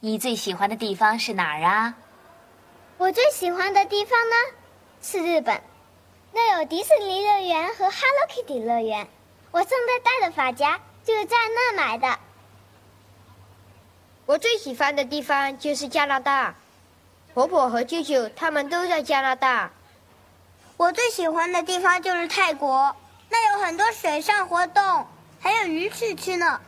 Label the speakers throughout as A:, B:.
A: 你最喜欢的地方是哪儿啊？
B: 我最喜欢的地方呢，是日本，那有迪士尼乐园和 Hello Kitty 乐园。我正在戴的发夹就是在那买的。
C: 我最喜欢的地方就是加拿大，婆婆和舅舅他们都在加拿大。
D: 我最喜欢的地方就是泰国，那有很多水上活动，还有鱼翅吃呢。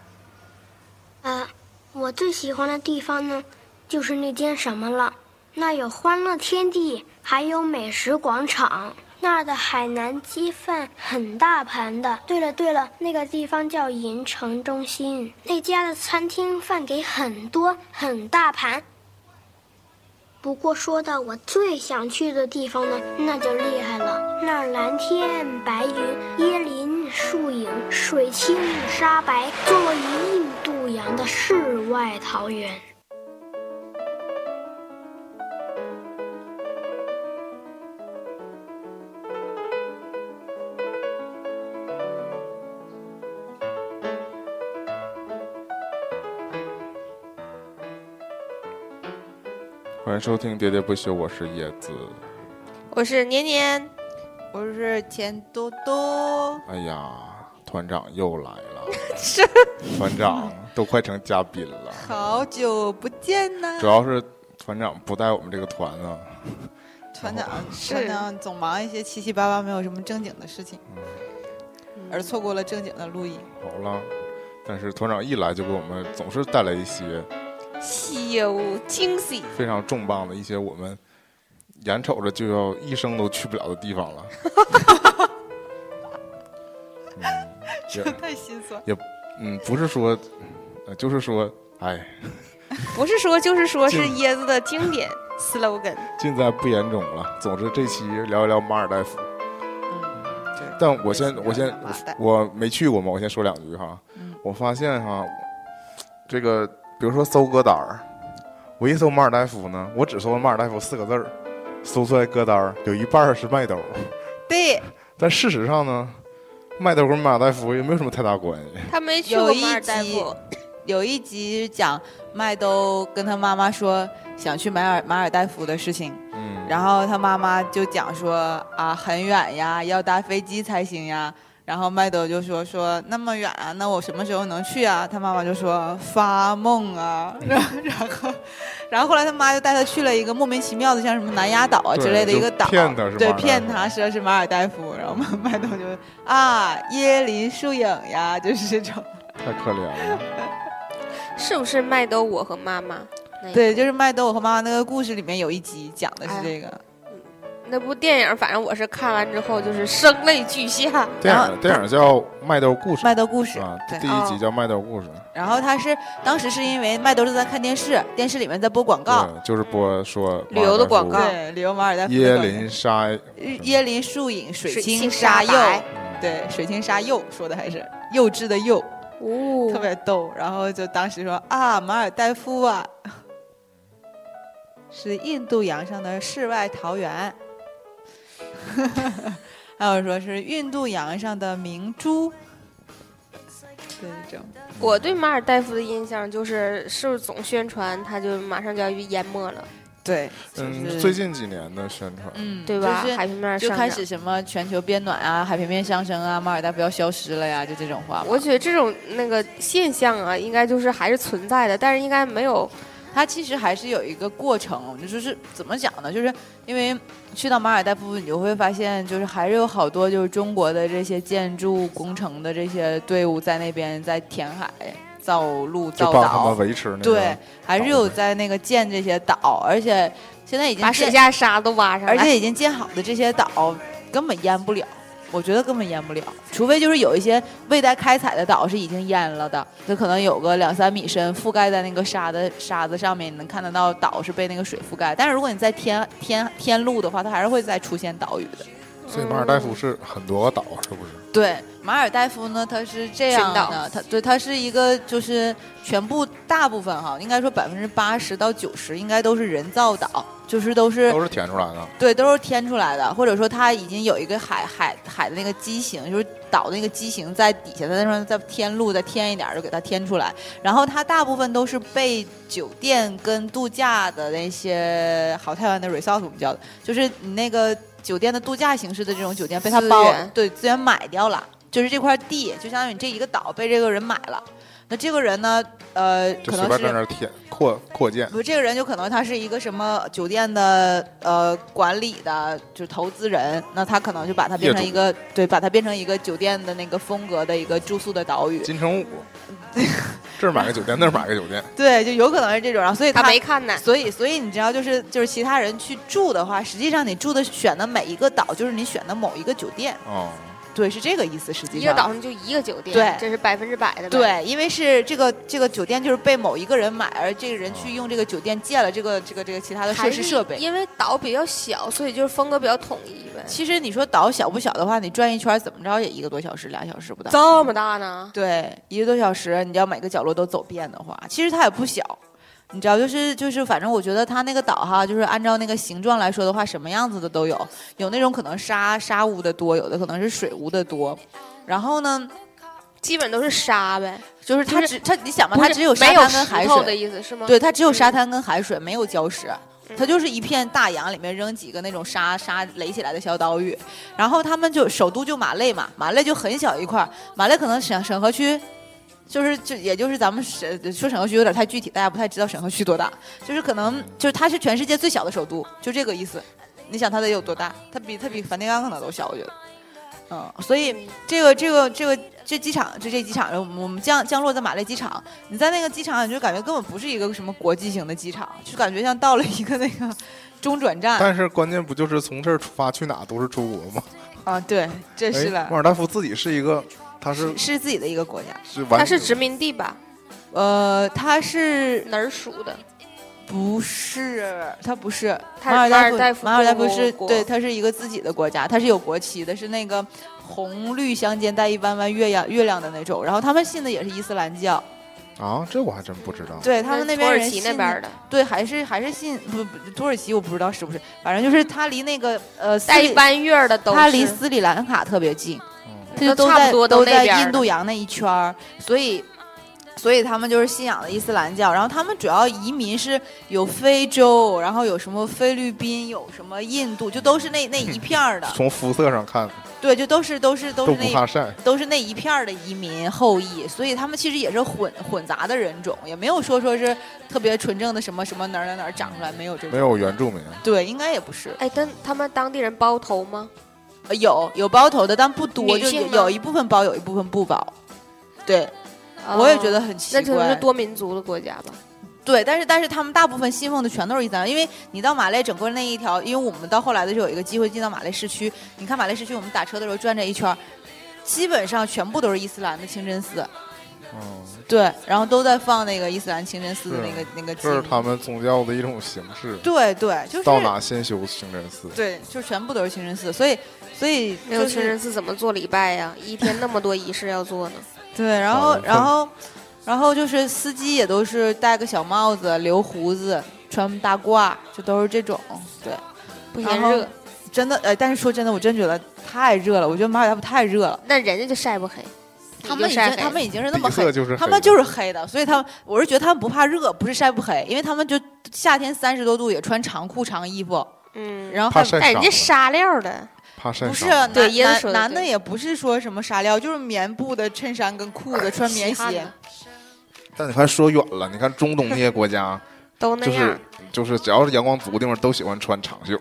E: 啊，我最喜欢的地方呢，就是那间什么了，那有欢乐天地，还有美食广场。那儿的海南鸡饭很大盘的。对了对了，那个地方叫银城中心，那家的餐厅饭给很多，很大盘。不过说到我最想去的地方呢，那就厉害了。那儿蓝天白云、椰林树影、水清沙白，作为印度洋的世外桃源。
F: 欢迎收听《喋喋不休》，我是叶子。
G: 我是年年，我是钱多多。
F: 哎呀，团长又来了，团长都快成嘉宾了。
G: 好久不见呢，
F: 主要是团长不带我们这个团啊，
H: 船长，船长总忙一些七七八八没有什么正经的事情，
F: 嗯
H: 而错过了正经的录音。
F: 好了，但是团长一来就给我们总是带来一些
G: 稀有惊喜。
F: 非常重磅的一些我们眼瞅着就要一生都去不了的地方了。嗯，也
H: 太心酸。
F: 嗯，不是说，呃就是说，哎，
G: 不是说就是说是
F: 这
G: 椰子的经典 slogan。
F: 尽在不言中了。总之，这期聊一聊马尔代夫。
H: 嗯，对。
F: 但我先
H: 这期聊
F: 我先
H: 聊马尔代
F: 我没去过嘛，我先说两句哈。
H: 嗯
F: 我发现哈，这个比如说搜歌单儿，我一搜马尔代夫呢，我只搜了马尔代夫四个字儿，搜出来歌单儿有一半儿是麦兜儿。
G: 对
F: 但事实上呢，麦兜跟马尔代夫也没有什么太大关系。
G: 他没去
H: 有
G: 过
H: 一
G: 马尔代
H: 集
G: 夫，
H: 有一集讲麦兜跟他妈妈说想去马尔马尔代夫的事情，
F: 嗯，
H: 然后他妈妈就讲说啊很远呀，要搭飞机才行呀。然后麦兜就说说那么远啊，那我什么时候能去啊？他妈妈就说发梦啊。 然后然后然后后来他妈就带他去了一个莫名其妙的像什么南丫岛啊
F: 对
H: 之类的一个岛，
F: 就骗他是马尔代夫
H: 对骗他说是马尔代夫。然后麦麦兜就啊椰林树影呀，就是这种。
F: 太可怜了。
G: 是不是麦兜我和妈妈？那一
H: 对，
G: 部
H: 就是麦兜我和妈妈那个故事里面有一集讲的
G: 哎
H: 是这个，
G: 那部电影，反正我是看完之后就是声泪俱下。
F: 电
H: 然后
F: 影电影叫《麦兜故事》
H: 麦兜故事。
F: 啊，
H: 对哦
F: 第，一集叫《麦兜故事》，
H: 然后他是当时是因为麦兜正在看电视，电视里面在播广告，
F: 对，就是播说
G: 旅
F: 马尔
G: 游的
F: 代夫
G: 广告
H: 对，旅游马尔代夫的
F: 椰
H: 广告
F: 林沙，
H: 椰林树影，水
G: 水
H: 清
G: 清
H: 沙
G: 沙
H: 幼，
G: 白
H: 对，水清沙幼说的还是幼稚的幼，
G: 哦
H: 特别逗。然后就当时说啊，马尔代夫啊，是印度洋上的世外桃源。 还有说是印度洋上的明珠，对，这种
G: 我对马尔代夫的印象就是，是不是总宣传它就马上就要淹没了，
H: 对，就是
F: 嗯，最近几年的宣传，
H: 嗯，
G: 对吧？
H: 就是
G: 海平面
H: 就
G: 上
H: 开
G: 涨
H: 始什么全球变暖啊，海平面上升啊，马尔代夫要消失了呀，就这种话嘛。
G: 我觉得这种那个现象啊，应该就是还是存在的，但是应该没有
H: 它其实还是有一个过程，就是怎么讲呢？就是因为去到马尔代夫，你就会发现，就是还是有好多就是中国的这些建筑工程的这些队伍在那边在填海、造路、
F: 就
H: 造
F: 帮他们
H: 岛，
F: 维持那个。
H: 对，还是有在那个建这些岛，而且现在已经
G: 把水
H: 建，
G: 下沙都挖上来。
H: 而且已经建好的这些岛根本淹不了。我觉得根本淹不了，除非就是有一些未待开采的岛是已经淹了的，就可能有个两三米深，覆盖在那个沙的沙子上面，你能看得到岛是被那个水覆盖。但是如果你在天天天路的话，它还是会再出现岛屿的。
F: 所以马尔代夫是很多个岛，是不是？
H: 对，马尔代夫呢，它是这样
G: 群岛
H: 的，它对它是一个就是全部大部分哈，应该说百分之八十到九十应该都是人造岛，就是都是
F: 都是填出来的。
H: 对，都是填出来的，或者说它已经有一个海海海的那个畸形，就是岛的那个畸形在底下，在那上再添路，再添一点儿，就给它添出来。然后它大部分都是被酒店跟度假的那些好台湾的 resort 我们叫的，就是你那个酒店的度假形式的这种酒店被它
G: 资
H: 包
G: 源
H: 对资源买掉了，就是这块地就相当于你这一个岛被这个人买了。那这个人呢，呃，
F: 就
H: 可
F: 随
H: 能
F: 便
H: 是
F: 在那儿填扩扩建，
H: 不，这个人就可能他是一个什么酒店的呃管理的，就是投资人，那他可能就把它变
F: 业
H: 成
F: 主
H: 一个对，把它变成一个酒店的那个风格的一个住宿的岛屿，
F: 金城武， 这儿买个酒店，那儿买个酒店，
H: 对，就有可能是这种，然后所以
G: 他
H: 他
G: 没看呢，
H: 所以，所以你知道，就是就是其他人去住的话，实际上你住的选的每一个岛，就是你选的某一个酒店，
F: 哦，
H: 对，是这个意思。实际
G: 一个岛
H: 上，
G: 上就一个酒店，
H: 对
G: 这是百分之百的。，
H: 对，因为是这个这个酒店就是被某一个人买，而这个人去用这个酒店建了这个这个这个其他的设
G: 还
H: 施
G: 是
H: 呃设备。
G: 因为岛比较小，所以就是风格比较统一呗。
H: 其实你说岛小不小的话，你转一圈儿怎么着也一个多小时、俩小时不到。
G: 这么大呢？
H: 对，一个多小时，你要每个角落都走遍的话，其实它也不小。你知道，就是就是，反正我觉得它那个岛哈，就是按照那个形状来说的话，什么样子的都有，有那种可能沙沙屋的多，有的可能是水屋的多。然后呢，
G: 基本都是沙呗，
H: 就是它
G: 就是
H: 只它，你想吧，
G: 不
H: 哦它
G: 是
H: 只有沙
G: 没有
H: 滩跟
G: 石
H: 海
G: 头
H: 水
G: 的意思是吗？
H: 对，它只有沙
G: 嗯
H: 滩跟海水，没有礁石，它就是一片大洋，里面扔几个那种沙沙垒起来的小岛屿。然后他们就首都就马累嘛，马累就很小一块儿，马累可能沈沈河区。就是就也就是咱们沈说沈河区有点太具体，大家不太知道沈河区多大。就是可能就是它是全世界最小的首都，就这个意思。你想它得有多大？它比它比梵蒂冈可能都小，我觉得。嗯，所以这个这个这个这机场这这机场，我们我们降降落在马累机场，你在那个机场，你就感觉根本不是一个什么国际型的机场，就感觉像到了一个那个 中转站
F: 但是关键不就是从这儿出发去哪都是出国吗？
H: 啊。对，这 是
F: 哎
H: 了，
F: 马尔代夫自己是一个，它是
H: 是自己的一个国家。
F: 是完，
G: 它是殖民地吧？
H: 呃，它是
G: 哪儿属的？
H: 不是它不是
G: 它
H: 马尔
G: 是马尔代
H: 夫？
G: 夫
H: 马尔代夫
G: 共和
H: 是
G: 国
H: 对，它是一个自己的国家，它是有国旗的，是那个红绿相间带一弯弯月亮月亮的那种。然后他们信的也是伊斯兰教，
F: 啊，这我还真不知道。
H: 对他们那
G: 土
H: 边
G: 耳
H: 人
G: 其那
H: 信
G: 边儿的，
H: 对，还是还是信不不土耳其，我不知道是不是，反正就是它离那个呃斯
G: 带
H: 里
G: 一般月儿的都
H: 它离
G: 是
H: 斯里兰卡特别近，
F: 嗯，
H: 它就
G: 都
H: 都
G: 差不
H: 在
G: 多都
H: 都
G: 那
H: 在
G: 边儿
H: 印度洋那一圈儿，所以所以他们就是信仰的伊斯兰教，然后他们主要移民是有非洲，然后有什么菲律宾，有什么印度，就都是那那一片儿的
F: 从肤色上看
H: 对，就都是都是都
F: 都
H: 是
F: 不
H: 那
F: 怕晒，
H: 都是那一片儿的移民后裔，所以他们其实也是混混杂的人种，也没有说说是特别纯正的什么什么哪儿哪儿哪儿长出来，没有这
F: 没
H: 种，
F: 有原住民。
H: 对，应该也不是。
G: 哎，但他们当地人包头吗？
H: 呃有有包头的，但不多，
G: 女
H: 就
G: 性
H: 有
G: 吗
H: 有一部分包，有一部分不包。对，我也觉得
G: 哦，
H: 很奇
G: 那
H: 怪。
G: 可能是多民族的国家吧。
H: 对，但是但是他们大部分信奉的全都是伊斯兰，因为你到马累整个那一条，因为我们到后来的时候有一个机会进到马累市区，你看马累市区，我们打车的时候转这一圈儿，基本上全部都是伊斯兰的清真寺，
F: 嗯，
H: 对，然后都在放那个伊斯兰清真寺的
F: 是
H: 那个那个
F: 这是
H: 经
F: 他们宗教的一种形式。
H: 对对，就是
F: 到哪先修清真寺，
H: 对，就全部都是清真寺，所以所以
G: 没有
H: 就
G: 清
H: 是
G: 真寺怎么做礼拜呀？一天那么多仪式要做呢。
H: 对，然
F: 好
H: 后
F: 人
H: 然
F: 份
H: 后然后就是司机也都是戴个小帽子、留胡子、穿大褂，就都是这种。对，
G: 不
H: 然
G: 嫌
H: 后
G: 热，
H: 真的，呃，但是说真的，我真觉得太热了。我觉得马尔代夫太热了，
G: 那人家就晒不黑，
H: 他
G: 你
H: 们
G: 就
H: 已
G: 晒
H: 经
G: 黑
H: 他们已经是那
F: 底
H: 么黑
F: 色，就是
H: 他们就是黑的，所以他们我是觉得他们不怕热，不是晒不黑，因为他们就夏天三十多度也穿长裤长衣服，
G: 嗯，
H: 然后
F: 怕
H: 还
F: 晒
G: 哎，
F: 伤
G: 人家，纱料的，
F: 怕晒
H: 不是
F: 伤。
H: 男
G: 对椰子说
H: 男
G: 的
H: 男的
G: 对
H: 也不是说什么沙料，就是棉布的衬衫跟裤子，穿棉
G: 稀罕
H: 鞋
G: 的。
F: 但你看说远了，你看中东那些国家，
G: 都那
F: 就是
G: 样。
F: 就是只要是阳光足的地方，都喜欢穿长袖。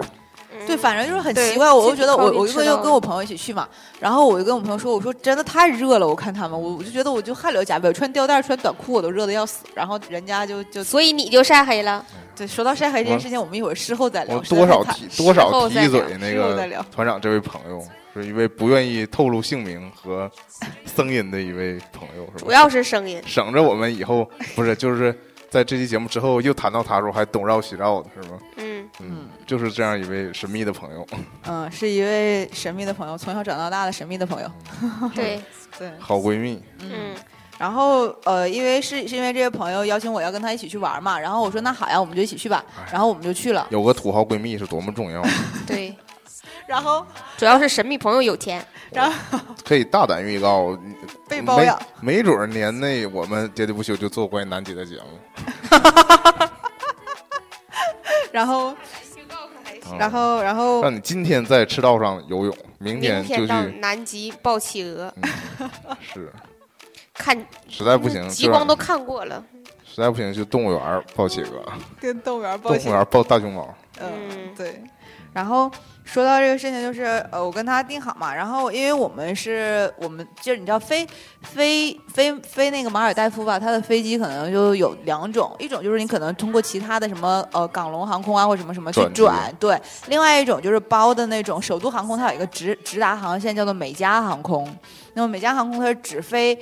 G: 嗯
H: 对，反正就是很
G: 对
H: 奇怪，我
G: 这
H: 就觉得
G: 个
H: 我
G: 高
H: 我
G: 低
H: 因为
G: 知
H: 又
G: 道
H: 跟
G: 了
H: 我朋友一起去嘛，然后我就跟我朋友说，我说真的太热了，我看他们，我我就觉得我就汗流浃背，我穿吊带儿穿短裤我都热的要死，然后人家就就
G: 所以你就晒黑了，
H: 对，说到晒黑
F: 我
H: 这件事情，我们一会儿事后再聊。
F: 我
H: 实在
F: 多
H: 是
F: 少
H: 太
F: 提多少
H: 后
F: 提
H: 再
F: 一
H: 聊
F: 嘴那
H: 事后再
F: 个
H: 聊
F: 团长这位朋友，是一位不愿意透露姓名和声音的一位朋友，是吧？
G: 主要是声音。
F: 省着我们以后不是就是在这期节目之后又谈到他时候还东绕西绕的是吗？
G: 嗯，
F: 嗯，就是这样一位神秘的朋友。
H: 嗯，是一位神秘的朋友，从小长到大的神秘的朋友。嗯
G: 对，
H: 对，
F: 好闺蜜，
G: 嗯，
H: 然后呃，因为是是因为这位朋友邀请我要跟他一起去玩嘛，然后我说那好呀，我们就一起去吧，
F: 哎
H: 然后我们就去了。
F: 有个土豪闺蜜是多么重要，啊
G: 嗯对，
H: 然后
G: 主要是神秘朋友有钱，
H: 然后
F: 可以大胆预告，
H: 被包养，
F: 没没准儿年内我们喋喋不休就做关于南极的节目。
H: 然后
F: 嗯
H: 然后然后
F: 让你今天在赤道上游泳，明
G: 明
F: 天就
G: 天到
F: 去
G: 南极抱企鹅，
F: 是，
G: 看
F: 实在不
H: 嗯
F: 行
G: 极
F: 就
G: 光
F: 让
G: 都看过了，
F: 实在不行去动物园儿抱企鹅，
H: 跟动物园报
F: 动
H: 喜
F: 物园，儿抱大熊猫。
H: 嗯
G: 嗯，
H: 对。然后说到这个事情，就是呃，我跟他定好嘛，然后因为我们是我们就是你知道飞飞飞飞那个马尔代夫吧，它的飞机可能就有两种，一种就是你可能通过其他的什么呃港龙航空啊或什么什么去
F: 转机
H: 转，对；另外一种就是包的那种首都航空，它有一个直直达航线叫做美加航空，那么美加航空它是只飞。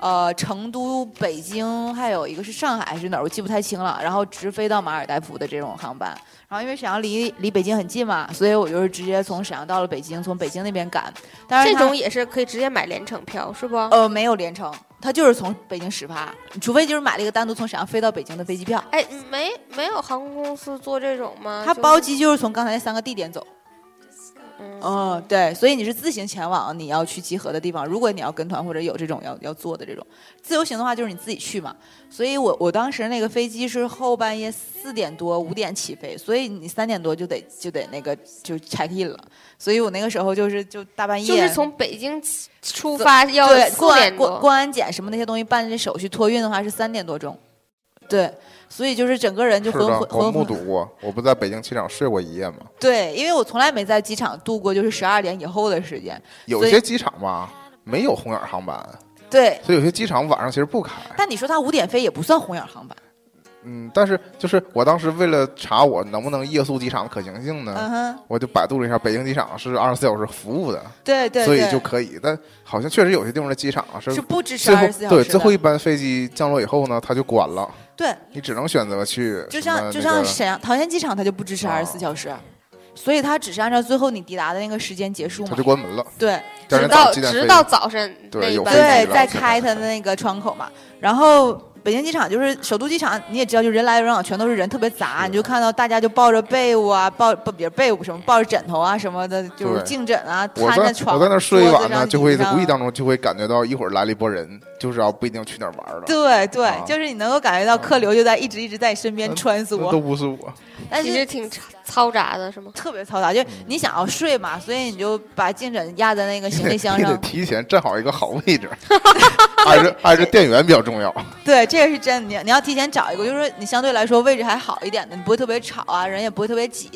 H: 呃，成都、北京，还有一个是上海还是哪儿，我记不太清了。然后直飞到马尔代夫的这种航班，然后因为沈阳离离北京很近嘛，所以我就是直接从沈阳到了北京，从北京那边赶。但是
G: 这
H: 它
G: 种也是可以直接买联程票，是不？
H: 呃没有连程，它就是从北京始发，除非就是买了一个单独从沈阳飞到北京的飞机票。
G: 哎，没没有航空公司做这种吗？
H: 它
G: 啊就是
H: 包机就是从刚才那三个地点走。
G: 嗯
H: 嗯，对，所以你是自行前往你要去集合的地方。如果你要跟团或者有这种要要做的这种自由行的话，就是你自己去嘛。所以我我当时那个飞机是后半夜四点多五点起飞，所以你三点多就得就得那个就 check in 了。所以我那个时候就是就大半夜
G: 就是从北京起出发要
H: 对
G: 四
H: 过
G: 点
H: 过
G: 多，
H: 过安检什么那些东西办这手续托运的话是三点多钟，对，所以就是整个人就是浑
F: 的
H: 浑，
F: 我
H: 浑
F: 目
H: 浑
F: 睹过，我不在北京机场睡过一夜吗？
H: 对，因为我从来没在机场度过就是十二点以后的时间，
F: 有
H: 所以
F: 些机场吧没有红眼儿航班，
H: 对。
F: 所以有些机场晚上其实不开。
H: 但你说他五点飞也不算红眼航班，
F: 嗯，但是就是我当时为了查我能不能夜宿机场的可行性呢，
H: 嗯哼，
F: 我就百度了一下，北京机场是二十四小时服务的，
H: 对对对，
F: 所以就可以。但好像确实有些地方的机场啊是
H: 是不支持
F: 最
H: 二
F: 后
H: 十四小时
F: 对
H: 的。
F: 最后一班飞机降落以后呢，它就关了，
H: 对，
F: 你只能选择去
H: 就
F: 什么
H: 像就
F: 那
H: 像
F: 个
H: 沈阳桃园机场，它就不支持
F: 啊
H: 二十四小时，所以它只是按照最后你抵达的那个时间结束
F: 它
H: 嘛
F: 就。关门了。
H: 对，
F: 第二
G: 直
F: 天
G: 到
F: 早几点
G: 直
F: 飞
G: 到早晨
F: 对
G: 那一
F: 有
G: 班
F: 飞机
H: 对，
F: 了
H: 在
F: 是吧
H: 开它的那个窗口嘛。然后北京机场就是首都机场，你也知道，就人来人往，全都是人，特别杂。
F: 是
H: 你就看到大家就抱着被窝啊，抱抱别被窝什么，抱着枕头啊什么的，就是
F: 对
H: 颈枕啊，
F: 我
H: 摊
F: 在
H: 在床，
F: 我在那儿睡一晚呢，
H: 呢，
F: 就会
H: 椅子上
F: 无意当中就会感觉到一会儿来了一波人，就知道不一定去哪儿玩了。
H: 对对，
F: 啊
H: 就是你能够感觉到客流就在一直一直在你身边
F: 嗯
H: 穿
F: 那都
H: 梭，
F: 不是我，
H: 但
G: 其实
H: 是
G: 挺嘈嘈杂的，是吗？
H: 特别嘈杂。就是你想要睡嘛，所以你就把颈枕压在那个行 李箱
F: 你得
H: 上。
F: 提前站好一个好位置，挨着挨着电源比较重要。
H: 对，这个是真的。你你要提前找一个，就是说你相对来说位置还好一点的，你不会特别吵啊，人也不会特别挤，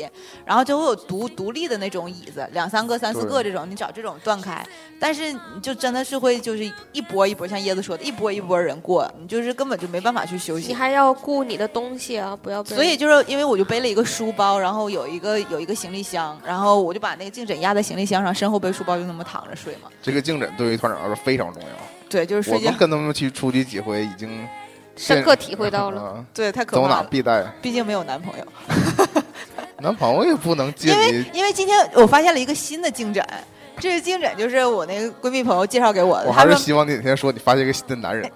H: 然后就会有独独立的那种椅子，两三个、三四个
F: 对
H: 这种，你找这种断开。但是你就真的是会就是一波一波，像椰子说的，一波一波人过，你就是根本就没办法去休息
G: 你。还要顾你的东西啊，不要被
H: 所以就是因为我就背了一个书包，然后有一个有一个行李箱，然后我就把那个颈枕压在行李箱上，身后背书包就那么躺着睡嘛。
F: 这个颈枕对于团长来说非常重要。
H: 对，就是
F: 我
H: 睡觉
F: 们。跟他们去出去几回，已 经
G: 深刻体会到了。
F: 啊
H: 对，太可
F: 走
H: 怕
F: 哪
H: 了。
F: 必带，
H: 毕竟没有男朋友，
F: 男朋友也不能借
H: 因为
F: 你。
H: 因为今天我发现了一个新的颈枕，这个颈枕就是我那个闺蜜朋友介绍给我的，
F: 我
H: 她
F: 还是
H: 说
F: 希望你哪天说你发现一个新的男人，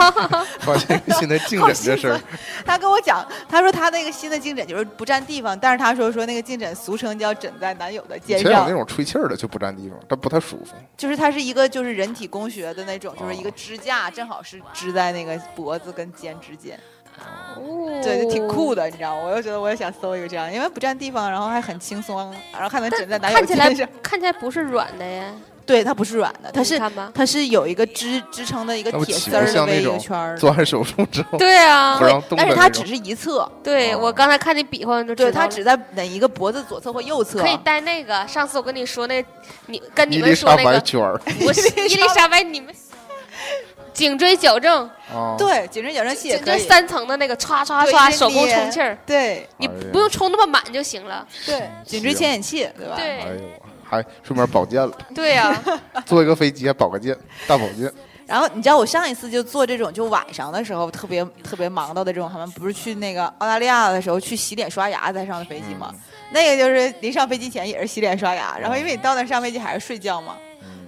F: 发现一个新的颈枕这事儿，
H: 她跟我讲，她说她那个新的颈枕就是不占地方，但是她说说那个颈枕俗称叫枕在男友的
F: 以
H: 肩
F: 前有那
H: 上，
F: 种吹气儿的就不占地方，它不太舒服。
H: 就是它是一个就是人体工学的那种，就是一个
F: 哦
H: 支架，正好是支在那个脖子跟肩之间。
G: 哦
H: 对，就挺酷。的，你知道吗？我又觉得我也想搜一个这样，因为不占地方，然后还很轻松，然后还能枕在男友
G: 看起来
H: 肩上。
G: 看起来不是软的耶，
H: 对，它不是软的，它
G: 你
H: 是
G: 看吧
H: 它是有一个支支撑的一个
F: 那不
H: 铁
F: 岂
H: 丝
F: 不
H: 儿的
F: 像
H: 围
F: 那
H: 一个
F: 种
H: 圈儿。
F: 做完手术之后
G: 对啊
F: 不，让动的
H: 但是
F: 那
H: 它只
F: 种，
H: 是一侧，
G: 对
F: 哦
G: 我刚才看你比划就知道
H: 对，
G: 了
H: 它只在哪一个脖子左侧或右侧。啊
G: 可以带那个。上次我跟你说那，你跟你
F: 伊
G: 们
F: 丽
G: 说
F: 莎
G: 那
F: 白
G: 个，
F: 圈 儿
G: 我是伊丽莎白，你们颈椎矫正，
F: 啊，
H: 对，颈椎矫正器也
G: 颈
H: 可
G: 椎
H: 以。
G: 三层的那个唰唰
H: 对
G: 唰
H: 一直
G: 手工
H: 捏
G: 充气儿，
H: 对
G: 你
F: 哎呀
G: 不用充那么满就行了。
H: 对，颈椎牵引器，嗯对吧？
F: 哎
G: 对
F: 呦，还顺便保健了，
G: 对呀，啊
F: 做一个飞机还保个健，大保健。
H: 然后你知道我上一次就做这种，就晚上的时候特别特别忙到的这种，他们不是去那个澳大利亚的时候去洗脸刷牙再上的飞机吗？
F: 嗯
H: 那个就是临上飞机前也是洗脸刷牙，然后因为你到那上飞机还是睡觉嘛，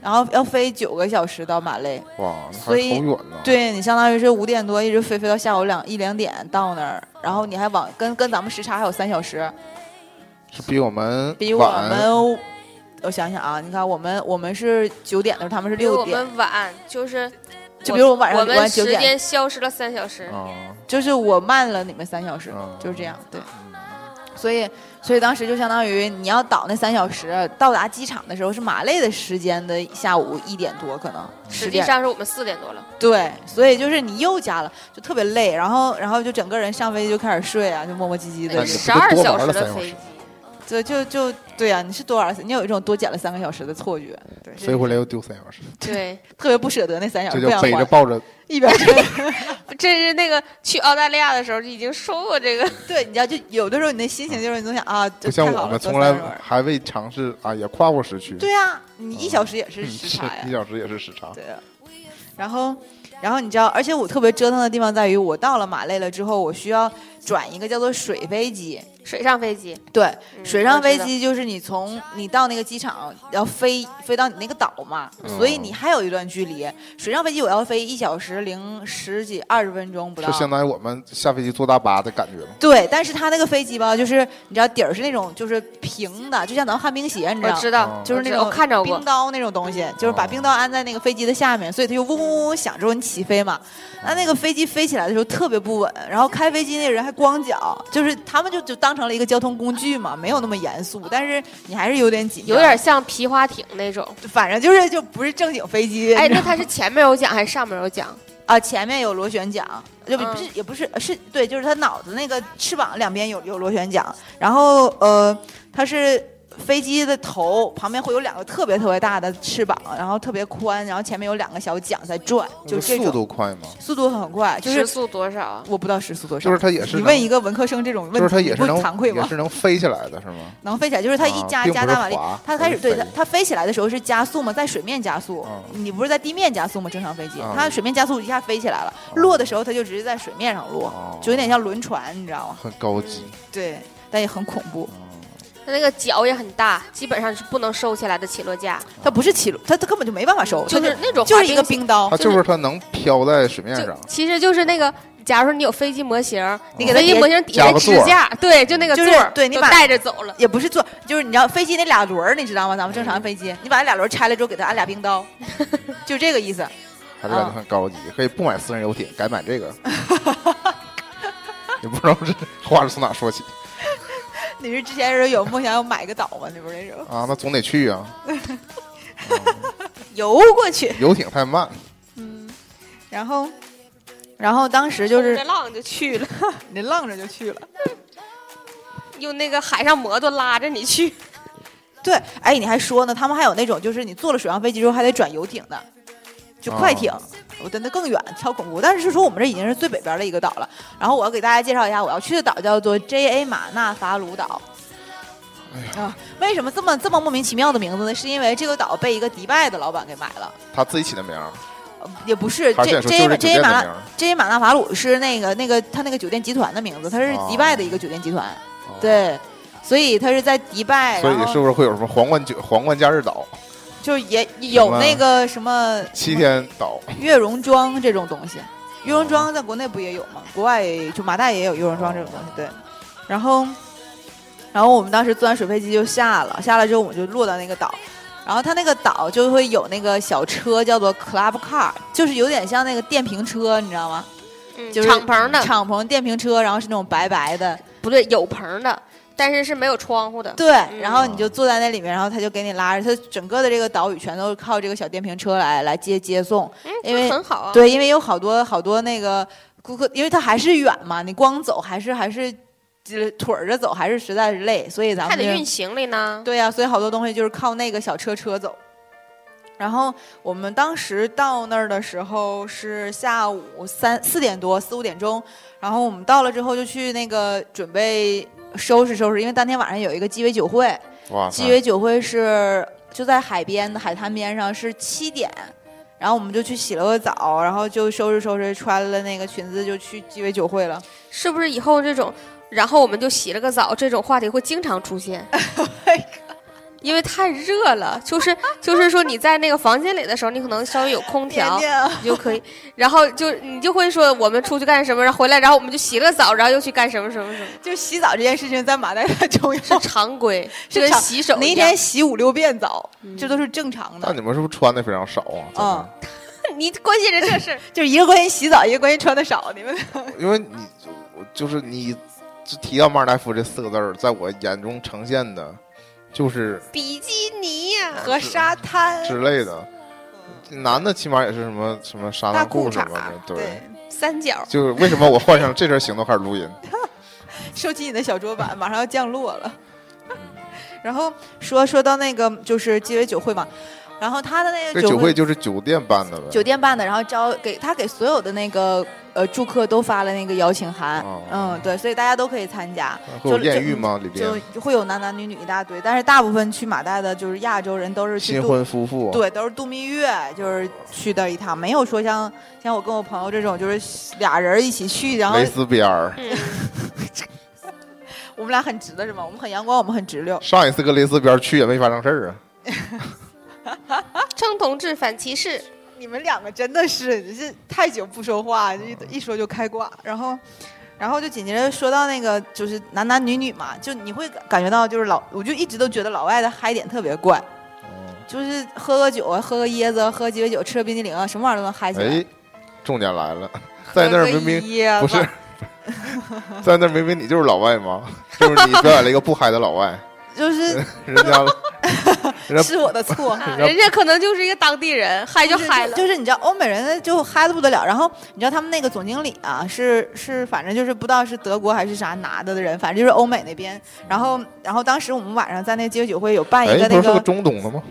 H: 然后要飞九个小时到马累，
F: 嗯哇，那还
H: 所以
F: 好远呢。，
H: 对你相当于是五点多一直飞飞到下午两一两点到那儿，然后你还往跟跟咱们时差还有三小时，
F: 是比我们
H: 比我
F: 晚
H: 们我想想啊，你看我们我们是九点的时候，他们是
G: 比我
H: 六点，
G: 们晚，就是
H: 就比如我晚上
G: 我
H: 晚
G: 们
H: 九
G: 时
H: 点，
G: 间消失了三小时。
F: 啊，
H: 就是我慢了你们三小时，
F: 嗯
H: 就是这样，对。所以，所以当时就相当于你要倒那三小时，到达机场的时候是马累的时间的下午一点多，可能十
G: 实际
H: 点
G: 上是我们四点多了，
H: 对，所以就是你又加了，就特别累，然后然后就整个人上飞机就开始睡啊，就磨磨唧唧
F: 那
H: 的
F: 你，
G: 十二
F: 不就多
G: 小
F: 玩
G: 时
F: 了
G: 的
F: 三小
G: 飞
F: 时
G: 机，
H: 就就就对啊，你是多玩了，你有一种多减了三个小时的错觉，对，
F: 飞回来又丢三小时，
G: 对，
H: 特别不舍得那三小
F: 这
H: 时，
F: 就
H: 不想
F: 背着
H: 还，
F: 抱着
H: 一边睡。
G: 这是那个去澳大利亚的时候就已经说过这个，
H: 对，你知道，就有的时候你的心情就是你总想啊，
F: 不
H: 就
F: 像
H: 太好
F: 我
H: 了
F: 们
H: 多
F: 从
H: 三
F: 来
H: 个小时
F: 还未尝试啊，也跨过时区。
H: 对啊，你一小时也是
F: 嗯，
H: 时
F: 是
H: 差呀
F: 一，小时也是时差。
H: 对啊。然后，然后你知道，而且我特别折腾的地方在于，我到了马累了之后，我需要转一个叫做 水飞机。
G: 水上飞机，
H: 对，
G: 嗯
H: 水上飞
G: 我知
H: 机就是你从你到那个机场要飞飞到你那个岛嘛，所以你还有一段距离。水上飞机我要飞一小时零十几二十分钟不到
F: 就。相当于我们下飞机坐大巴的感觉嘛。
H: 对，但是它那个飞机吧，就是你知道底儿是那种就是平的，就像咱们旱冰鞋，你知
G: 我
H: 道，
G: 知
F: 哦
G: 道，
H: 就是
G: 我知
H: 那
G: 道
H: 种
G: 我看着
H: 冰
G: 过，
H: 刀那种东西，就是把
F: 哦
H: 冰刀安在那个飞机的下面，所以它就嗡嗡嗡嗡响之后你起飞嘛。那那个飞机飞起来的时候特别不稳，然后开飞机那人还光脚，就是他们就就当成了一个交通工具嘛，没有那么严肃，但是你还是有点紧张，
G: 有点像皮划艇那种。
H: 反正就是就不是正经飞机。
G: 哎，
H: 你知
G: 那
H: 道
G: 它是前面有桨还是上面有桨？
H: 啊，前面有螺旋桨，就不
G: 嗯
H: 是、也不是是对，就是它脑子那个翅膀两边有有螺旋桨，然后呃，它是飞机的头旁边会有两个特别特别大的翅膀，然后特别宽，然后前面有两个小桨在转，就这种
F: 速度快嘛，
H: 速度很快，就
G: 时
H: 是
G: 速多少啊？
H: 我不知道时速多少，
F: 就是它也是
H: 你
F: 能
H: 问一个文科生这种问题，
F: 就是它也是
H: 你不
F: 能
H: 惭愧
F: 也
H: 吗？
F: 是能飞起来的是吗？
H: 能飞起来，就是 它一
F: 啊
H: 加
F: 并不
H: 加
F: 是
H: 大马力
F: 滑，
H: 它开始
F: 而是
H: 对
F: 飞
H: 它它飞起来的时候是加速嘛，在水面加速
F: 啊，
H: 你不是在地面加速嘛？正常飞机
F: 啊，
H: 它水面加速一下飞起来了，落的时候它就直接在水面上落
F: 哦，
H: 就有点像轮船，你知道吗？
F: 很高级，嗯
H: 对，但也很恐怖。
G: 它那个脚也很大，基本上是不能收起来的起落架，
H: 它不是起落，它它根本就没办法收，
G: 就
H: 它
G: 是那种
H: 就是
G: 滑
H: 一个
G: 冰
H: 冰刀
F: 它，就是它能飘在水面
G: 就
F: 上，
G: 其实就是那个，假如说你有飞机模型，
H: 你给它
G: 飞机
H: 叠
G: 模型底
F: 加
G: 下
F: 个
G: 的
F: 座
G: 支
F: 儿
G: 架，对，就那个
H: 就
G: 座
H: 是
G: 儿，
H: 对你
G: 都
H: 把
G: 带着走了。
H: 也不是坐，就是你知道飞机那俩轮儿，你知道吗？咱们正常飞机，你把那俩轮儿拆了之后，给它安俩冰刀，就这个意思。
F: 还是
H: 啊
F: 感觉很高级。可以不买私人游艇，改买 这个。也不知道这话是从哪说起
H: 你是之前是有梦想要买个岛吗？你不是那时候
F: 啊，那总得去啊。
H: 游过去，
F: 游艇太慢，
H: 然后，然后当时就
G: 冲
H: 是
G: 着浪就去了，
H: 你浪着就去了。
G: 用那个海上摩托拉着你去。
H: 对，哎，你还说呢，他们还有那种就是你坐了水上飞机之后还得转游艇的，就快艇。
F: 哦
H: 我真的更远，超恐怖。但是是说我们这已经是最北边的一个岛了。然后我要给大家介绍一下，我要去的岛叫做 J A 马纳法鲁岛。
F: 哎
H: 啊，为什么这么这么莫名其妙的名字呢？是因为这个岛被一个迪拜的老板给买了，
F: 他自己起的名儿，
H: 呃也不是
F: 还是说
H: J
F: 就是
H: J
F: 这
H: J
F: 酒店的
H: 马
F: 名
H: 纳
F: 儿
H: J 马纳法鲁是那个那个他那个酒店集团的名字，它是迪拜的一个酒店集团。
F: 哦，
H: 对，所以他是在迪拜，
F: 所以
H: 然后
F: 是不是会有什么皇冠酒皇冠假日岛、
H: 就是也有那个什么
F: 七天岛？
H: 月容妆这种东西。月容妆在国内不也有吗？国外也就马代也有月容妆这种东西，对。然后，然后我们当时坐完水飞机就下了，下了之后我们就落到那个岛，然后它那个岛就会有那个小车叫做 club car，就是有点像那个电瓶车，你知道吗？
G: 嗯
H: 就是
G: 敞篷的，
H: 敞篷电瓶车，然后是那种白白的，
G: 不对，有棚的，但是是没有窗户的。
H: 对，然后你就坐在那里面，然后他就给你拉着，他整个的这个岛屿全都是靠这个小电瓶车来来接接送，
G: 嗯，
H: 因为
G: 那很好啊。
H: 对，因为有好多好多那个顾客，因为他还是远嘛，你光走还是还是呃腿儿着走还是实在是累，所以咱
G: 还
H: 们
G: 得
H: 就
G: 运行李呢。
H: 对呀、啊所以好多东西就是靠那个小车车走。然后我们当时到那儿的时候是下午三四点多四五点钟，然后我们到了之后就去那个准备收拾收拾，因为当天晚上有一个鸡尾酒会，
F: 哇
H: 鸡
F: 塞！
H: 尾酒会是就在海边的海滩边上，是七点然后我们就去洗了个澡，然后就收拾收拾，穿了那个裙子就去鸡尾酒会 了。
G: 是不是以后这种，然后我们就洗了个澡这种话题会经常出现？哎因为太热了，就是就是说你在那个房间里的时候，你可能稍微有空调，
H: 娘
G: 你就可以，然后就你就会说我们出去干什么，然后回来，然后我们就洗了澡，然后又去干什么什么什么，
H: 就洗澡这件事情在马代太 重要，
G: 是常规，这跟
H: 常
G: 洗手
H: 你
G: 一
H: 一
G: 样嗯
H: 天。洗五六遍澡，这都是正常
F: 那
H: 的。
F: 你们是不是穿的非常少啊？真的
H: 嗯，
G: 你关心着这事儿，
H: 就是一个关于洗澡，一个关于穿的少，你们
F: 因为你就我就是你，就提到马尔代夫这四个字儿，在我眼中呈现的，就是
G: 比基尼呀、
H: 和沙滩
F: 之类的。男的起码也是什么什么沙
H: 大
F: 滩
H: 裤
F: 裤什
H: 衩
F: 么的，对。
H: 对，
G: 三角，
F: 就是为什么我换上这身行头开始录 音？
H: 收起你的小桌板， 马上要降落了。 然后说说到那个就是鸡尾酒会嘛，然后他的那
F: 这
H: 个
F: 酒
H: 会
F: 会就是酒店办的呗。
H: 酒店办的，然后招给他给所有的那个呃住客都发了那个邀请函，
F: 哦
H: 嗯，对，所以大家都可以参加，
F: 会有
H: 就嗯
F: 艳遇吗？里
H: 就
F: 边
H: 就会有男男女女一大堆，但是大部分去马代的就是亚洲人都是去
F: 新
H: 度
F: 婚夫妇，
H: 对，都是度蜜月，就是去的一趟，没有说像像我跟我朋友这种就是俩人一起去，然后嗯
F: 蕾丝边儿。
H: 我们俩很直的是吗？我们很阳光，我们很直溜，
F: 上一次跟蕾丝边儿去也没发生事儿啊。
G: 张同志反歧视，
H: 你们两个真的是是太久不说话，一一说就开挂，然后。然后就紧接着说到那个，就是男男女女嘛，就你会感觉到，就是老，我就一直都觉得老外的嗨点特别怪，
F: 哦
H: 就是喝个酒啊，喝个椰子啊，喝鸡尾酒，吃个冰激凌啊，什么玩意儿都能嗨起来。
F: 哎，重点来了，在那儿明明
H: 明
F: 不是， 在那儿明明你就是老外吗？ 就是你表演了一个不嗨的老外，
H: 就是
F: 人 家人家
H: 是我的错，
G: 啊人家可能就是一个当地人，嗨就嗨了。
H: 就是你知道欧美人就嗨的不得了，然后你知道他们那个总经理啊，是是反正就是不知道是德国还是啥拿的的人，反正就是欧美那边。然后然后当时我们晚上在那个街酒会有办一
F: 哎
H: 个，
F: 不
H: 那
F: 是是个
H: 个
F: 中东的吗？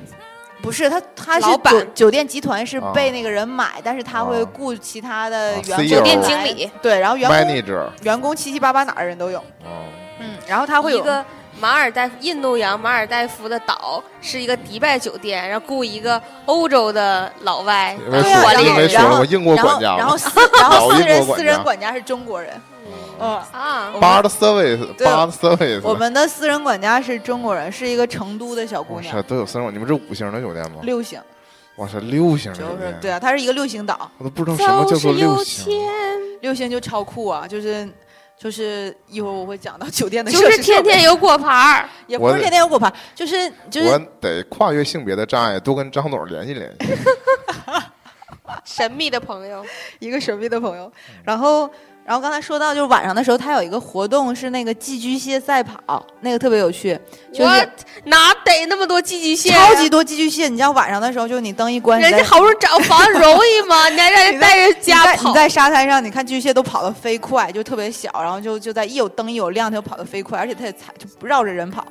H: 不是他他是
G: 老板
H: 酒酒店集团是
F: 啊
H: 被那个人买，但是他会
F: 啊
H: 雇其他的
F: 啊
H: 员
F: CEO
H: 工来
F: 酒店
G: 经理
H: 对，然后员工
F: manager
H: 员工七七八八哪儿的人都有，
F: 啊，
H: 嗯，然后他会有
G: 一个马尔代夫印度洋马尔代夫的岛是一个迪拜酒店，然后雇一个欧洲的老外
F: 因
G: 当
F: 为
H: 对
F: 说
H: 啊
G: 管理
F: 因为
G: 人
F: 说
H: 然后
F: 了英国
H: 然
F: 管
H: 后
F: 家
H: 然
F: 嘛
H: 后，四然
F: 老
H: 后私
F: 英国
H: 人
F: 管
H: 私人
F: 家
H: 管家是中国人，嗯。
G: 啊。
F: bar service
H: 对
F: bar service，
H: 我们的私人管家是中国人，是一个成都的小姑
F: 哇
H: 娘
F: 塞，都有三种，你们是五星的酒店吗？
H: 六星，
F: 哇塞，六星的酒
H: 就是
F: 店，
H: 对啊，她是一个六星岛，
F: 我都不知道什么叫做六
G: 就是
F: 星
G: 有，
H: 六星就超酷啊，就是就是一会儿我会讲到酒店 的设施
G: 就
H: 设备，
G: 是天天有果盘儿，
H: 也不
F: 我
H: 是天天有果盘，就是就
F: 我
H: 是
F: 得跨越性别的障碍，多跟张总联系联系。
G: 神秘的朋友，
H: 一个神秘的朋友。
F: 嗯
H: 然后然后刚才说到就是晚上的时候，她有一个活动是那个寄居蟹赛跑，那个特别有趣，就
G: 我
H: 是。
G: 哪逮那么多寄居蟹啊？
H: 超级多寄居蟹，你知道晚上的时候，就是你灯一关，
G: 人
H: 你在
G: 家好不容易找房容易吗？你还让人
H: 你
G: 带
H: 在
G: 人家
H: 你在
G: 跑
H: 你？在沙滩上，你看巨蟹都跑得飞快，就特别小，然后就就在一有灯一有亮，它就跑得飞快，而且它也踩就不绕着人跑。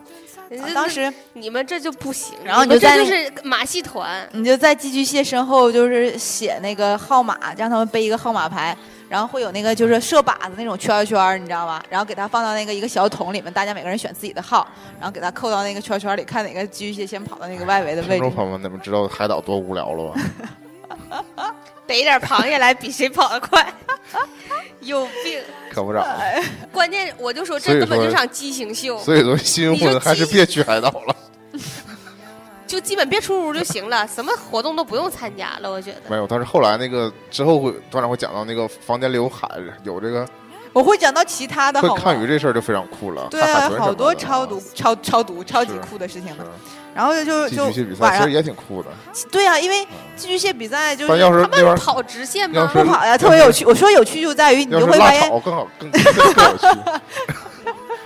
G: 人
H: 啊
G: 家
H: 当
G: 就
H: 时
G: 你们这就不行，
H: 然后
G: 你们
H: 你就在
G: 这就
H: 那
G: 是马戏团，
H: 你就在寄居蟹身后，就是写那个号码，让他们背一个号码牌，然后会有那个就是射靶子那种圈儿圈儿，你知道吗？然后给它放到那个一个小桶里面，大家每个人选自己的号，然后给它扣到那个圈儿圈儿里，看哪个寄居蟹先跑到那个外围的
F: 听
H: 位置
F: 众。朋友们，你们知道海岛多无聊了 吧？
G: 逮点螃蟹来比谁跑得快， 有病！
F: 可不咋。
G: 关键我就说
F: 所
G: 这
F: 以
G: 根本
F: 说
G: 就是场畸形秀，
F: 所以说，新婚还是别去海岛了。
G: 就基本别出屋就行了，什么活动都不用参加了，我觉得。
F: 没有，但是后来那个之后会，团长会讲到那个房间里有海，有这个
H: 我会讲到其他的
F: 看
H: 好吗？
F: 看鱼这事儿就非常酷了。
H: 对
F: 看海
H: 啊，
F: 豚什么
H: 好多
F: 的嗯
H: 超毒、超超毒、超级
F: 是
H: 酷的事情呢。
F: 是
H: 然后就
F: 寄
H: 就
F: 居蟹比赛
H: 晚
F: 其
H: 上
F: 实也挺酷的，
H: 对呀、因为寄居蟹比赛就
F: 但
H: 是
F: 要是
G: 他
F: 那玩意
G: 们
F: 儿
G: 跑直线
F: 要
G: 吗？
F: 是
H: 不好呀，特别有趣。我说有趣就在于你
F: 要
H: 就是会发
F: 辣
H: 现，
F: 炒更好，更 更更有趣。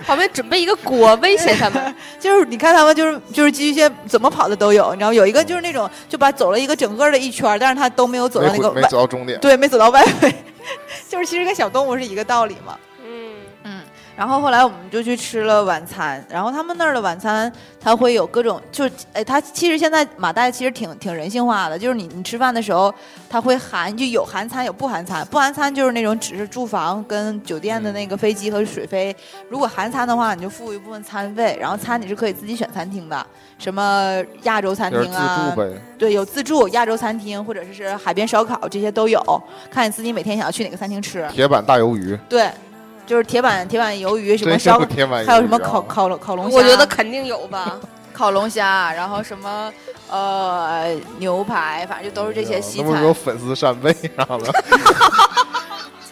G: 旁边准备一个锅威胁 他们，
H: 就是你看他们就是就是寄居蟹怎么跑的都有，你知道有一个就是那种就把走了一个整个的一圈儿，但是他都没有走
F: 没
H: 到那个
F: 回没
H: 外，
F: 走到终点，
H: 对，没走到外围，就是其实跟小动物是一个道理嘛。
G: 嗯，
H: 嗯，然后后来我们就去吃了晚餐，然后他们那儿的晚餐，他会有各种，就是哎，他其实现在马代其实挺挺人性化的，就是你你吃饭的时候，他会含就有含餐有不含餐，不含餐就是那种只是住房跟酒店的那个飞机和水飞，如果含餐的话，你就付一部分餐费，然后餐你是可以自己选餐厅的，什么亚洲餐
F: 就是
H: 厅
F: 自
H: 啊
F: 助，呗。
H: 对，有自助亚洲餐厅或者是是海边烧烤这些都有，看你自己每天想要去哪个餐厅吃。
F: 铁板大鱿鱼，
H: 对，就是铁板铁板鱿鱼什么
F: 真是
H: 烧
F: 有，铁板鱿鱼、啊，
H: 还有什么烤烤龙烤龙虾，
G: 我觉得肯定有 吧。
H: 烤龙虾，然后什么呃牛排，反正就都是这些西
F: 啊哎那不是有
H: 餐。
F: 粉丝扇贝啥的？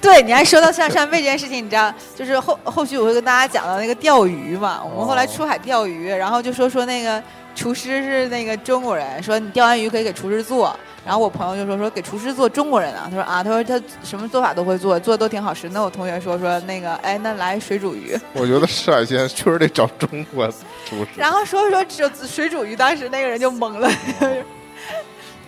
H: 对，你还说到上扇贝这件事情，你知道，就是后后续我会跟大家讲到那个钓鱼嘛，我们后来出海钓鱼，然后就说说那个厨师是那个中国人，说你钓完鱼可以给厨师做。然后我朋友就说说给厨师做中国人啊，他说啊，他说他什么做法都会做，做的都挺好吃。那我同学说说那个，哎，那来水煮鱼，
F: 我觉得吃海鲜确实得找中国厨师。
H: 然后说着说着只水煮鱼，当时那个人就懵了。
F: 哦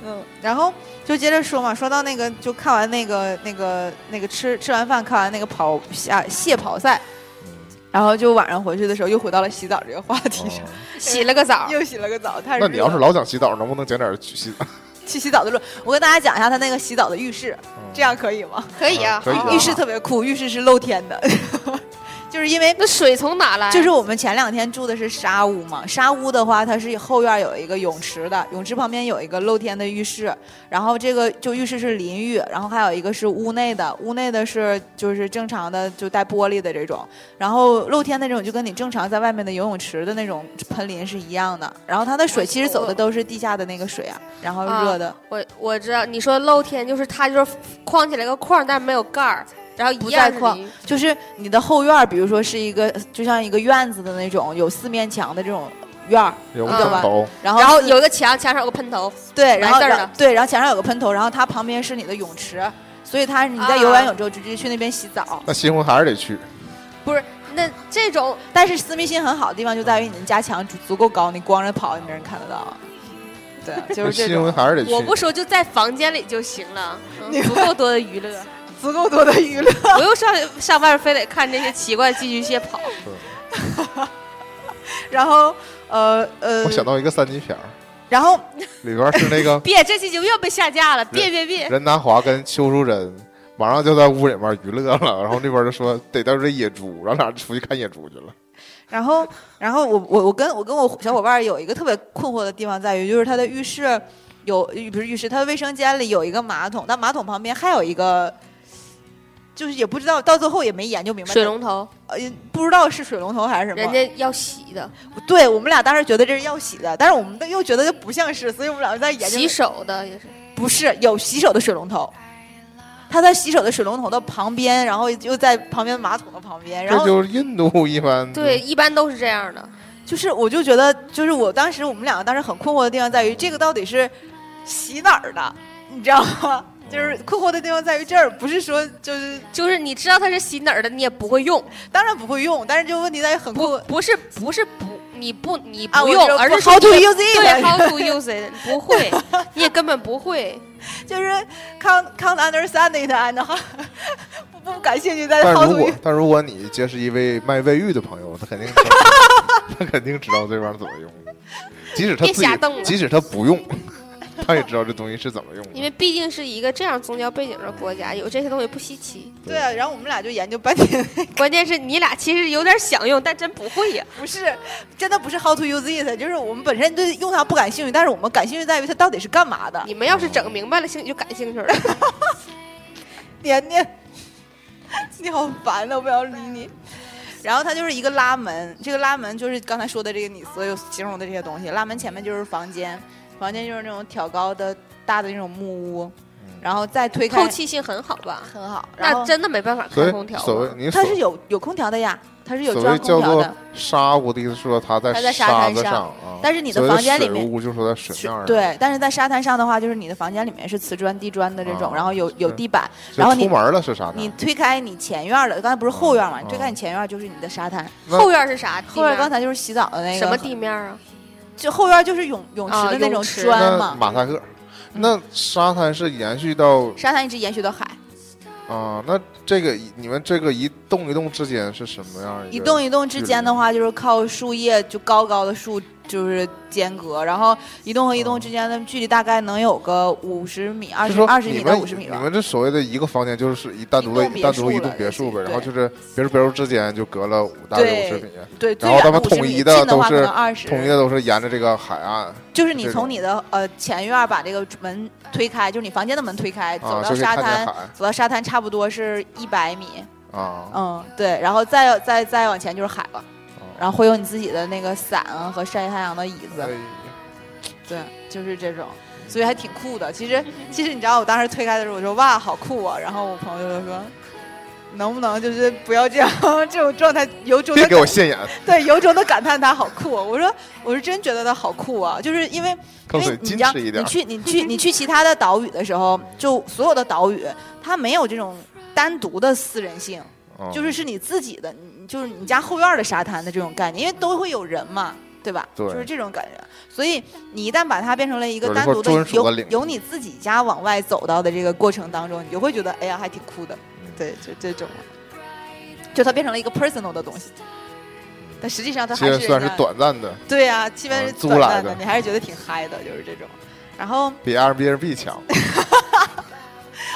H: 嗯，然后就接着说嘛，说到那个就看完那个那个那个吃吃完饭看完那个跑下蟹跑赛，
F: 嗯
H: 然后就晚上回去的时候又回到了洗澡这个话题上，
G: 洗了个澡，
H: 又洗了个澡。太
F: 哦嗯那你
H: 热
F: 要是
H: 了
F: 老想洗澡，能不能讲点去洗澡？
H: 去洗澡的路，我跟大家讲一下他那个洗澡的浴室，这样可以吗？
G: 可以啊，
F: 可以啊
H: 浴室特别酷，浴室是露天的， 就是因为
G: 那水从哪来？
H: 就是我们前两天住的是沙屋嘛，沙屋的话，它是后院有一个泳池的，泳池旁边有一个露天的浴室，然后这个就浴室是淋浴，然后还有一个是屋内的，屋内的是就是正常的就带玻璃的这种，然后露天的这种就跟你正常在外面的游泳池的那种喷淋是一样的，然后它的水其实走的都是地下的那个水啊，然后热的，
G: 我我知道，你说露天就是它就是框起来个框，但是没有盖儿，然后一
H: 不
G: 样
H: 在
G: 是
H: 框
G: 淋，
H: 就是你的后院儿，比如说是一个就像一个院子的那种，有四面墙的这种院儿，
F: 有
G: 啊
F: 个头，
H: 然后
G: 然后
H: 四
G: 有一个墙，墙上有个喷头，
H: 对，然后
G: 白字儿
H: 然
G: 的
H: 对，然后墙上有个喷头，然后它旁边是你的泳池，所以它你在游
G: 啊
H: 完泳之后直接去那边洗澡。
F: 那新婚还是得去。
G: 不是那这种
H: 但是私密性很好的地方就在于你的家墙足足够高，你光着跑，你没人看得到。对，就是这
F: 新婚
H: 种
F: 还是得去。
G: 我不说就在房间里就行了，嗯足够多的娱乐，
H: 足够多的娱乐。
G: 不用上上外面非得看这些奇怪寄居蟹跑。
H: 然后呃呃
F: 我，想到一个三级片儿，
H: 然后
F: 里边是那 个
G: 别，这期节目又被下架了，别别别！
F: 任达华跟邱淑贞，马上就在屋里面娱乐了，然后那边就说逮到只野猪，然后俩人出去看野猪去了。
H: 然后，然后我我我跟我跟我小伙伴儿有一个特别困惑的地方在于，就是他的浴室有不是浴室，他的卫生间里有一个马桶，但马桶旁边还有一个，就是也不知道到最后也没研究明白，
G: 水龙头，
H: 呃不知道是水龙头还是什么。
G: 人家要洗的，
H: 对我们俩当时觉得这是要洗的，但是我们又觉得这不像是，所以我们俩在研究
G: 洗手的也是。
H: 不是有洗手的水龙头。他在洗手的水龙头的旁边，然后又在旁边马桶的旁边，然
F: 这
H: 后
F: 就是印度一般。
G: 对，，一般都是这样的。
H: 就是我就觉得，就是我当时我们两个当时很困惑的地方在于，这个到底是洗哪儿的，你知道吗？就是困惑的地方在于这儿，不是说就是
G: 就是你知道它是洗哪儿的，你也不会用，
H: 当然不会用，但是就问题在于很困
G: 不
H: 惑。
G: 不是不是不你不你
H: 啊
G: 不
H: 我
G: 用，
H: 知道
G: 而
H: 不
G: 是说
H: how to
G: 你
H: use it
G: 对 how to use it 不会，你也根本不会。
H: 就是 can't can't understand it and how- 不不感兴趣，但是
F: 但
H: how
F: 如
H: to
F: 果
H: use-
F: 但如果你结识一位卖卫浴的朋友，他肯定 他肯定知道这玩意儿怎么用，即使他
G: 别
F: 自己
G: 瞎瞪了
F: 即使他不用， 他也知道这东西是怎么用的。
G: 因为毕竟是一个这样宗教背景的国家，有这些东西不 稀奇。
H: 对啊，然后我们俩就研究半天，
G: 关键是你俩其实有点想用，但真不会呀。
H: 不是真的不是 how to use it，就是我们本身对用它不感兴趣，但是我们感兴趣在于它到底是干嘛的。
G: 你们要是整明白了，兴就感兴趣了。
H: 年年， 你好烦啊呐！我不想理你。然后它就是一个拉门，这个拉门就是刚才说的这个你所有形容的这些东西。拉门前面就是房间，房间就是那种挑高的大的那种木屋，
F: 嗯
H: 然后再推开
G: 透气性很好吧？
H: 很好。然
G: 那
H: 后
G: 真的没办法
F: 所
G: 开空
F: 以
G: 调
F: 所谓
G: 吗。
F: 你所
H: 它是有有空调的呀，它是有
F: 所
H: 装
F: 谓
H: 空
F: 叫
H: 调
F: 做
H: 的。
F: 沙屋的意思，说它在
H: 它在沙
F: 沙
H: 滩
F: 子
H: 上
F: 啊。
H: 但是你的
F: 所谓
H: 房间里
F: 水
H: 面
F: 屋就说在水面上，
H: 对，但是在沙滩上的话，就是你的房间里面是瓷砖、地砖的这种，
F: 啊
H: 然后有有
F: 是
H: 地板，
F: 就
H: 然后你
F: 出门了是啥呢？
H: 你推开你前院了，刚才不是后院嘛？你推
F: 啊
H: 开你前院就是你的沙滩，
F: 那
G: 后院是啥？
H: 后院
G: 地面啊
H: 刚才就是洗澡的那个
G: 什么地面啊？
H: 就后院就是泳泳池
G: 啊
H: 的那
G: 泳
H: 种
G: 池
H: 砖
F: 那
H: 嘛，嗯
F: 马赛克，那沙滩是延续到
H: 沙滩一直延续到海，
F: 啊，那这个你们这个一动一动之间是什么样个？
H: 一栋一栋之间的话，就是靠树叶就高高的树就是间隔，然后一栋和一栋之间的距离大概能有个五十米、二
F: 是
H: 十
F: 说
H: 二十
F: 你
H: 米
F: 们
H: 到五十米
F: 你
H: 吧。
F: 们这所谓的一个房间，就是一单独的
H: 一栋别
F: 单独一
H: 墅了
F: 栋别墅呗，
H: 已经
F: 然后就是别墅别墅之间就隔了五大概五十
H: 对
F: 米，
H: 对，最
F: 然后
H: 远
F: 他
H: 的
F: 们
H: 五十
F: 统
H: 米，
F: 一
H: 近
F: 的
H: 的
F: 都
H: 话可
F: 是
H: 能二十。
F: 统一的都是沿着这个海岸
H: 就是你
F: 这种
H: 从你的呃前院儿把这个门推开，就是你房间的门推开，走
F: 啊，
H: 到
F: 就是
H: 沙
F: 看见
H: 滩，
F: 海
H: 走到沙滩差不多是一百米，
F: 啊，
H: 嗯，对，然后再再再往前就是海了，
F: 啊
H: 然后会有你自己的那个伞啊和晒太阳的椅子
F: 哎，
H: 对，就是这种，所以还挺酷的。其实其实你知道，我当时推开的时候，我说哇，好酷啊！然后我朋友就说，能不能就是不要这样这种状态，由衷
F: 别
H: 的
F: 给我现眼，
H: 对由衷的感叹他好酷、啊。我说我是真觉得他好酷啊，就是因为
F: 告
H: 因
F: 诉
H: 为你
F: 矜
H: 知道
F: 持一点
H: 你。去你去你去其他的岛屿的时候，就所有的岛屿它没有这种单独的私人性。
F: 嗯
H: 就是是你自己的，你就是你家后院儿的沙滩的这种概念，因为都会有人嘛，对吧？
F: 对
H: 就是这种感觉。所以你一旦把它变成了一
F: 有
H: 个
F: 一块
H: 单独的
F: 专属的领
H: 由
F: 地
H: 由你自己家往外走到的这个过程当中，你就会觉得哎呀还挺酷的，
F: 嗯
H: 对，就这种，就它变成了一个 personal 的东西。
F: 嗯
H: 但实际上它
F: 虽
H: 还
F: 然
H: 是
F: 虽然是
H: 人家，
F: 短暂的，
H: 对呀、啊，气氛
F: 嗯
H: 是
F: 租
H: 短
F: 来
H: 暂
F: 的
H: 你还是觉得挺嗨的，就是这种。然后
F: 比 Airbnb 强，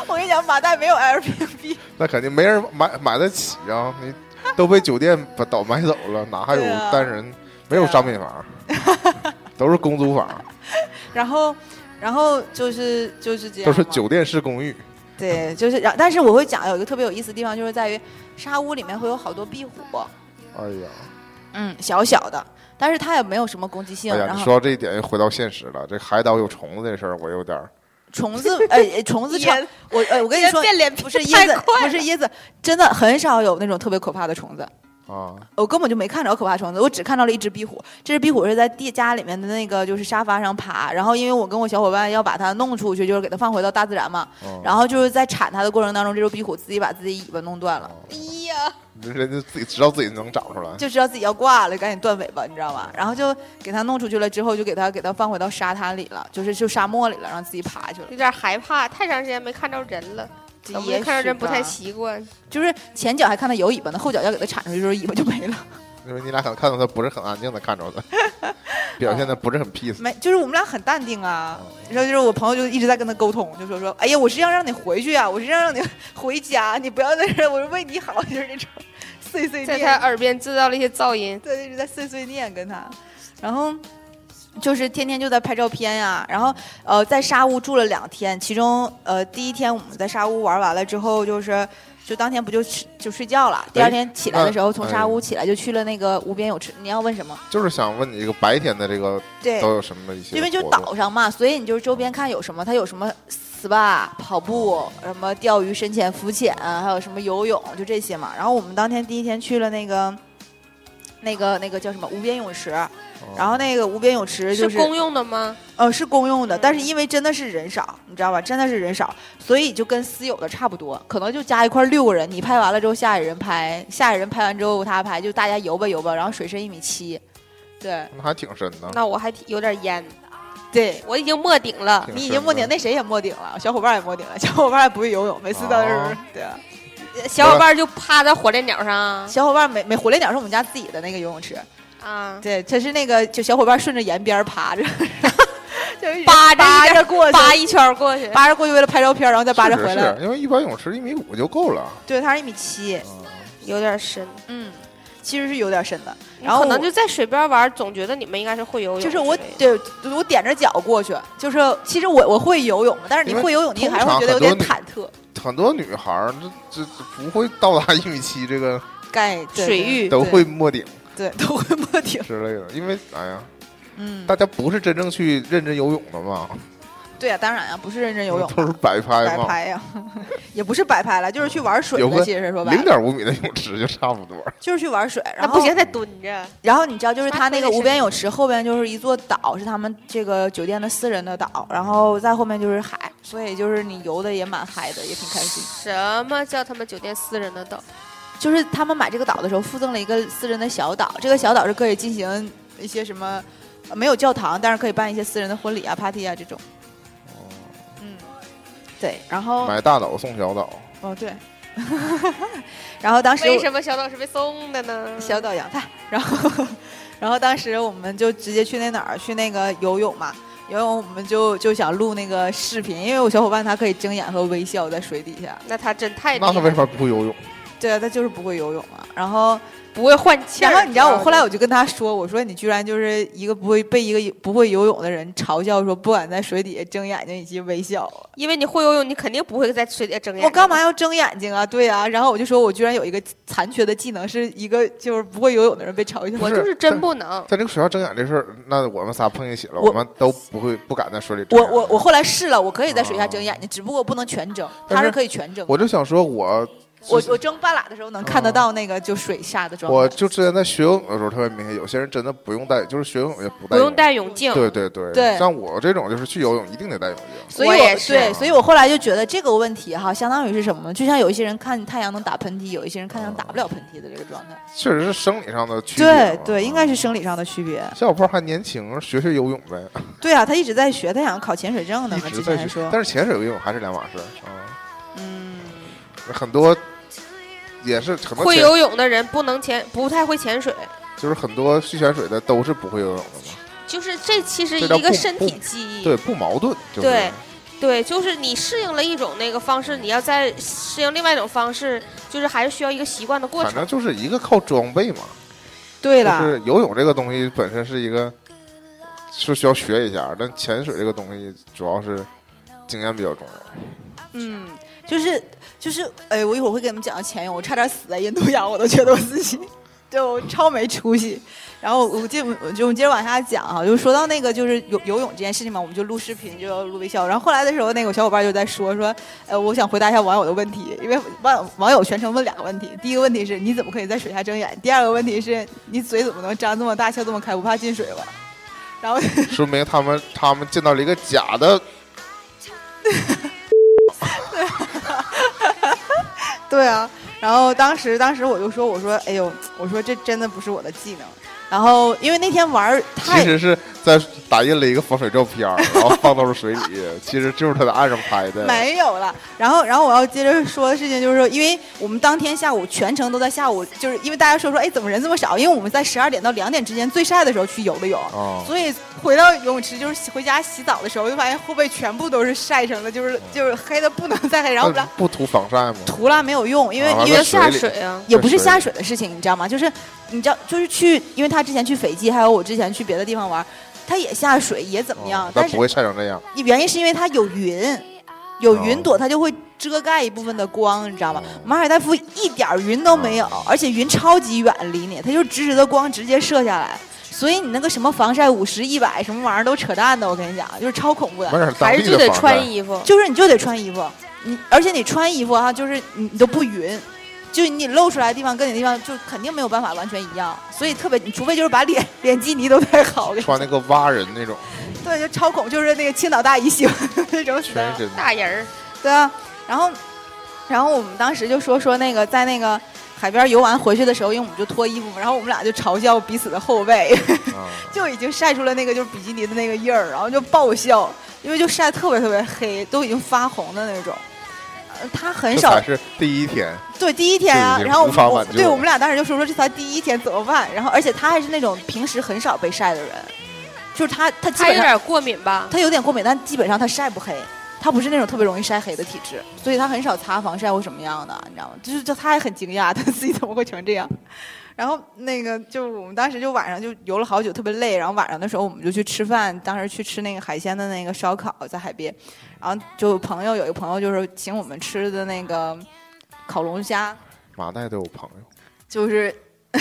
H: 我跟你讲，马代没有 Airbnb，
F: 那肯定没人买买得起啊！你都被酒店把岛买走了，哪还有
H: 对啊
F: 单人？没有商品房，都是公 租房，
H: 然后然后就是就是这
F: 都
H: 样嘛，
F: 是酒店式公寓。
H: 对，就是，然但是我会讲有一个特别有意思的地方，就是在于沙屋里面会有好多壁虎，
F: 哎呀，
H: 嗯，小小的，但是它也没有什么攻击性。
F: 哎呀，
H: 然
F: 你
H: 后
F: 说到这一点又回到现实了。这海岛有虫子这事儿，我有点儿
H: 虫子，呃，虫 子唱，我呃，我跟你说，
G: 变脸皮
H: 不是椰
G: 太
H: 子，
G: 快
H: 不是椰子，真的很少有那种特别可怕的虫子，
F: 啊，
H: 我根本就没看着可怕虫子，我只看到了一只壁虎。这只壁虎是在地家里面的那个就是沙发上爬，然后因为我跟我小伙伴要把它弄出去，就是给它放回到大自然嘛，
F: 嗯
H: 然后就是在铲它的过程当中，这只壁虎自己把自己尾巴弄断了。
F: 哎呀，人家自己知道自己能长出来，
H: 就知道自己要挂了，赶紧断尾巴，你知道吧？然后就给它弄出去了，之后就给它给它放回到沙滩里了，就是就沙漠里了，让自己爬去了。
G: 有点害怕，太长时间没看着人了，怎么
H: 也
G: 看着
H: 许
G: 人不太
H: 吧
G: 习惯？
H: 就是前脚还看它有尾巴呢，后脚要给它铲出去，就是尾巴就没了。
F: 因为你俩可能看到他不是很安静的看着他，表现的不是很 peace。
H: 没，就是我们俩很淡定啊
F: 哦。
H: 然后就是我朋友就一直在跟他沟通，就说说，哎呀，我是要让你回去啊，我是要让你回家，你不要在这儿，我是为你好，就是那种碎碎
G: 在
H: 念。
G: 他耳边制造了一些噪音，
H: 对，一直在碎碎念跟他，然后就是天天就在拍照片呀、然后呃在沙屋住了两天，其中呃第一天我们在沙屋玩完了之后，就是就当天不就吃就睡觉了，第二天起来的时候、
F: 那
H: 从沙屋起来就去了那个无边泳池，你要问什么？
F: 就是想问你这个白天的这个
H: 对，
F: 都有什么一些活动？
H: 因为就岛上嘛，所以你就是周边看有什么，它有什么 SPA、跑步、什么钓鱼、深潜、浮潜，还有什么游泳，就这些嘛。然后我们当天第一天去了那个。那个那个叫什么无边泳池，
F: 哦，
H: 然后那个无边泳池就是
G: 公用的吗？
H: 呃是公用的，
G: 嗯
H: 但是因为真的是人少，你知道吧？真的是人少，所以就跟私有的差不多，可能就加一块儿六个人，你拍完了之后下一人拍，下一人拍完之后他拍，就大家游吧游吧，然后水深一米七，对
F: 那还挺深的，
G: 那我还挺有点淹，
H: 对。
G: 我已经没顶了。
F: 挺
H: 你已
F: 深
H: 经没
F: 的
H: 顶，那谁也没顶了，小伙伴也没顶了，小伙伴也不会游泳，每次到那儿
F: 哦，
H: 对啊，
G: 小伙伴就趴在火烈鸟上啊
H: 小伙伴每每回来点是我们家自己的那个游泳池，
G: 啊，
H: 对，这是那个就小伙伴顺着沿边爬着， 就是
G: 扒着
H: 扒着过去，
G: 扒一圈儿过去。
H: 扒着过去为了拍照片，然后再扒着回
F: 是
H: 来
F: 是。是因为一般泳池一米五就够了。
H: 对，它是一米七，
F: 嗯
G: 有点深，
H: 嗯，其实是有点深的。
G: 你
H: 然后
G: 可能
H: 我
G: 就在水边玩，总觉得你们应该是会游泳之
H: 就
G: 类
H: 是
G: 的。
H: 我对我点着脚过去，就是其实我我会游泳嘛，但是你
F: 因为
H: 会游泳，你
F: 通
H: 还是会
F: 常
H: 觉得有
F: 很多
H: 点
F: 女
H: 忐忑。
F: 很多女孩儿这这这不会到达一米七这个，
H: 该对
G: 水域
F: 都会没顶
H: 对 对都会没顶，
F: 之类的，因为哎呀，
H: 嗯，
F: 大家不是真正去认真游泳的嘛，
H: 对啊，当然啊，不是认真 游泳，
F: 都是摆拍
H: 摆
F: 嘛，
H: 拍呀，啊 也不是摆拍了，就是去玩水
F: 有
H: 了。
F: 个
H: 其实说白
F: 零
H: 了，
F: 点五米的泳池就差不多。
H: 就是去玩水。
G: 那
H: 然后
G: 不行，，得蹲着。
H: 然后你知道，就是他那个
G: 那可以
H: 无边泳池后边就是一座岛，是他们这个酒店的私人的岛，然后在后面就是海，所以就是你游的也蛮嗨的，也挺开心。
G: 什么叫他们酒店私人的岛？
H: 就是他们买这个岛的时候附赠了一个私人的小岛，这个小岛是可以进行一些什么，呃没有教堂，但是可以办一些私人的婚礼啊、party 啊这种。嗯，对，然后
F: 买大岛送小岛，
H: 哦，对。 然后当时
G: 为
H: 我
G: 什么小岛是被送的呢？
H: 小岛洋派，然后然后当时我们就直接去那哪儿去那个游泳嘛，游泳我们就就想录那个视频，因为我小伙伴他可以睁眼和微笑在水底下，
G: 那他真太厉害
F: 那他为啥不会游泳？
H: 对啊，他就是不会游泳嘛。然后
G: 不会换气儿？
H: 然后你知道我后来
G: 主要
H: 我就跟他说，我说你居然就是一个不会被一个不会游泳的人嘲笑说不敢在水底下睁眼睛以及微笑，
G: 是因为你会游泳，你肯定不会在水底下睁眼睛。
H: 我干嘛要睁眼睛啊？对啊，然后我就说我居然有一个残缺的技能，是一个就是不会游泳的人被嘲笑。
G: 我
F: 是
G: 就是真不能。
F: 在这个学校睁眼这事儿，那我们仨碰一起了，
H: 我
F: 我们都不会不敢在水里睁
H: 我
F: 眼。
H: 我我后来试了，我可以在水下睁眼睛，只不过我不能全睁，
F: 但
H: 他
F: 是
H: 是可以全睁。
F: 我就想说我，
H: 我
F: 就是哦
H: 我睁半拉的时候能看得到那个就水下的状态。
F: 我就之前在学游泳的时候特别明显，有些人真的不用带，就是学游泳也不带
G: 不
F: 泳
G: 用戴泳镜，
F: 对对对，
H: 对
F: 像我这种就是去游泳一定得带泳镜。
H: 所以
G: 我
H: 我
G: 也是
H: 对，所以我后来就觉得这个问题哈，相当于是什么呢？就像有一些人看太阳能打喷嚏，有一些人看太阳打不了喷嚏的这个状态。
F: 确实是生理上的区别
H: 对
F: 嘛。
H: 对，应该是生理上的区别。
F: 小伙伴还年轻，学学游泳呗，
H: 对啊，他一直在学，他想考潜水证呢
F: 一
H: 嘛，
F: 直
H: 啊之
F: 在
H: 前还
F: 学。
H: 说。
F: 但是潜水和游泳还是两码事啊、
H: 嗯，
F: 很多也是很多
G: 会
F: 潜，
G: 游泳的人不能潜，不太会潜水。
F: 就是很多去潜水的都是不会游泳的嘛。
G: 就是这其实
F: 这叫
G: 一个
F: 不
G: 身体
F: 不
G: 记忆，
F: 对，不矛盾。就是、
G: 对对，就是你适应了一种那个方式，你要再适应另外一种方式，就是还是需要一个习惯的过
F: 反
G: 程
F: 正。就是一个靠装备嘛。
H: 对
F: 就
H: 了，
F: 是游泳这个东西本身是一个是需要学一下，但潜水这个东西主要是经验比较重要。
H: 嗯，就是就是，哎，我一会儿会给你们讲到潜泳，我差点死在印度洋，我都觉得我自己就超没出息。然后我接我就我们接着往下讲啊，就说到那个就是游游泳这件事情嘛，我们就录视频，就录微笑。然后后来的时候，那个小伙伴就在说说，呃，我想回答一下网友的问题，因为网网友全程问两个问题，第一个问题是你怎么可以在水下睁眼？第二个问题是你嘴怎么能张这么大，笑这么开，不怕进水吗？然后
F: 说明他们他们见到了一个假的，
H: 对啊，然后当时当时我就说，我说，哎呦，我说这真的不是我的技能。然后因为那天玩儿
F: 其
H: 太
F: 实是在打印了一个防水照片儿，然后放到了水里， 其实就是他在岸上拍的。
H: 没有了，然后然后我要接着说的事情就是说，因为我们当天下午全程都在下午，就是因为大家说说，哎，怎么人这么少？因为我们在十二点到两点之间最晒的时候去游的泳。
F: 啊、
H: 所以回到游泳池，就是洗回家洗澡的时候，就发现后背全部都是晒成了，就是就是黑的不能再黑，然后
F: 那不涂防晒吗？
H: 涂了没有用，因为
F: 啊
H: 因为
F: 在
G: 下
F: 水里
G: 水啊，
H: 也不是下水的事情，你知道吗？就是你知道，就是去，因为他之前去斐济，还有我之前去别的地方玩，他也下水，也怎么样，
F: 哦那
H: 但是
F: 不会晒成这样。
H: 原因是因为它有云，有云
F: 哦
H: 朵，它就会遮盖一部分的光，你知道吗
F: 哦？
H: 马尔代夫一点儿云都没有，而且云超级远离你，它就直直的光直接射下来。所以你那个什么防晒五十、一百什么玩意儿都扯淡的，我跟你讲，就是超恐怖的。
F: 没事，当
G: 还
F: 地
G: 是就
F: 的
G: 得
F: 防晒
G: 穿。衣服。
H: 就是你就得穿衣服，你而且你穿衣服哈、就是你你都不匀，就你露出来的地方跟你的地方就肯定没有办法完全一样，所以特别，你除非就是把脸脸基尼都戴好，我跟你
F: 穿那个蛙人那种
H: 对，就超恐，就是那个青岛大姨喜欢的那种
F: 全 身的，
G: 大人儿，
H: 对啊，然后然后我们当时就说说那个在那个。海边游完回去的时候，因为我们就脱衣服嘛，然后我们俩就嘲笑彼此的后背，
F: 啊
H: 就已经晒出了那个就是比基尼的那个印儿，然后就爆笑，因为就晒特别特别黑，都已经发红的那种。呃他很
F: 这
H: 少
F: 才是第一天，
H: 对，第一天啊
F: 就已，经
H: 然后我
F: 无法
H: 们我
F: 挽救
H: 对
F: 了
H: 我们俩当时就说说这才第一天怎么办？然后而且他还是那种平时很少被晒的人，就是他他基
G: 他
H: 本
G: 有
H: 上
G: 点过敏吧？
H: 他有点过敏，但基本上他晒不黑，他不是那种特别容易晒黑的体质，所以他很少擦防晒或什么样的，你知道吗？就是就他也很惊讶，他自己怎么会成这样。然后那个就我们当时就晚上就游了好久，特别累。然后晚上的时候我们就去吃饭，当时去吃那个海鲜的那个烧烤，在海边。然后就朋友有一个朋友就是请我们吃的那个烤龙虾，
F: 马代都有朋友，
H: 就是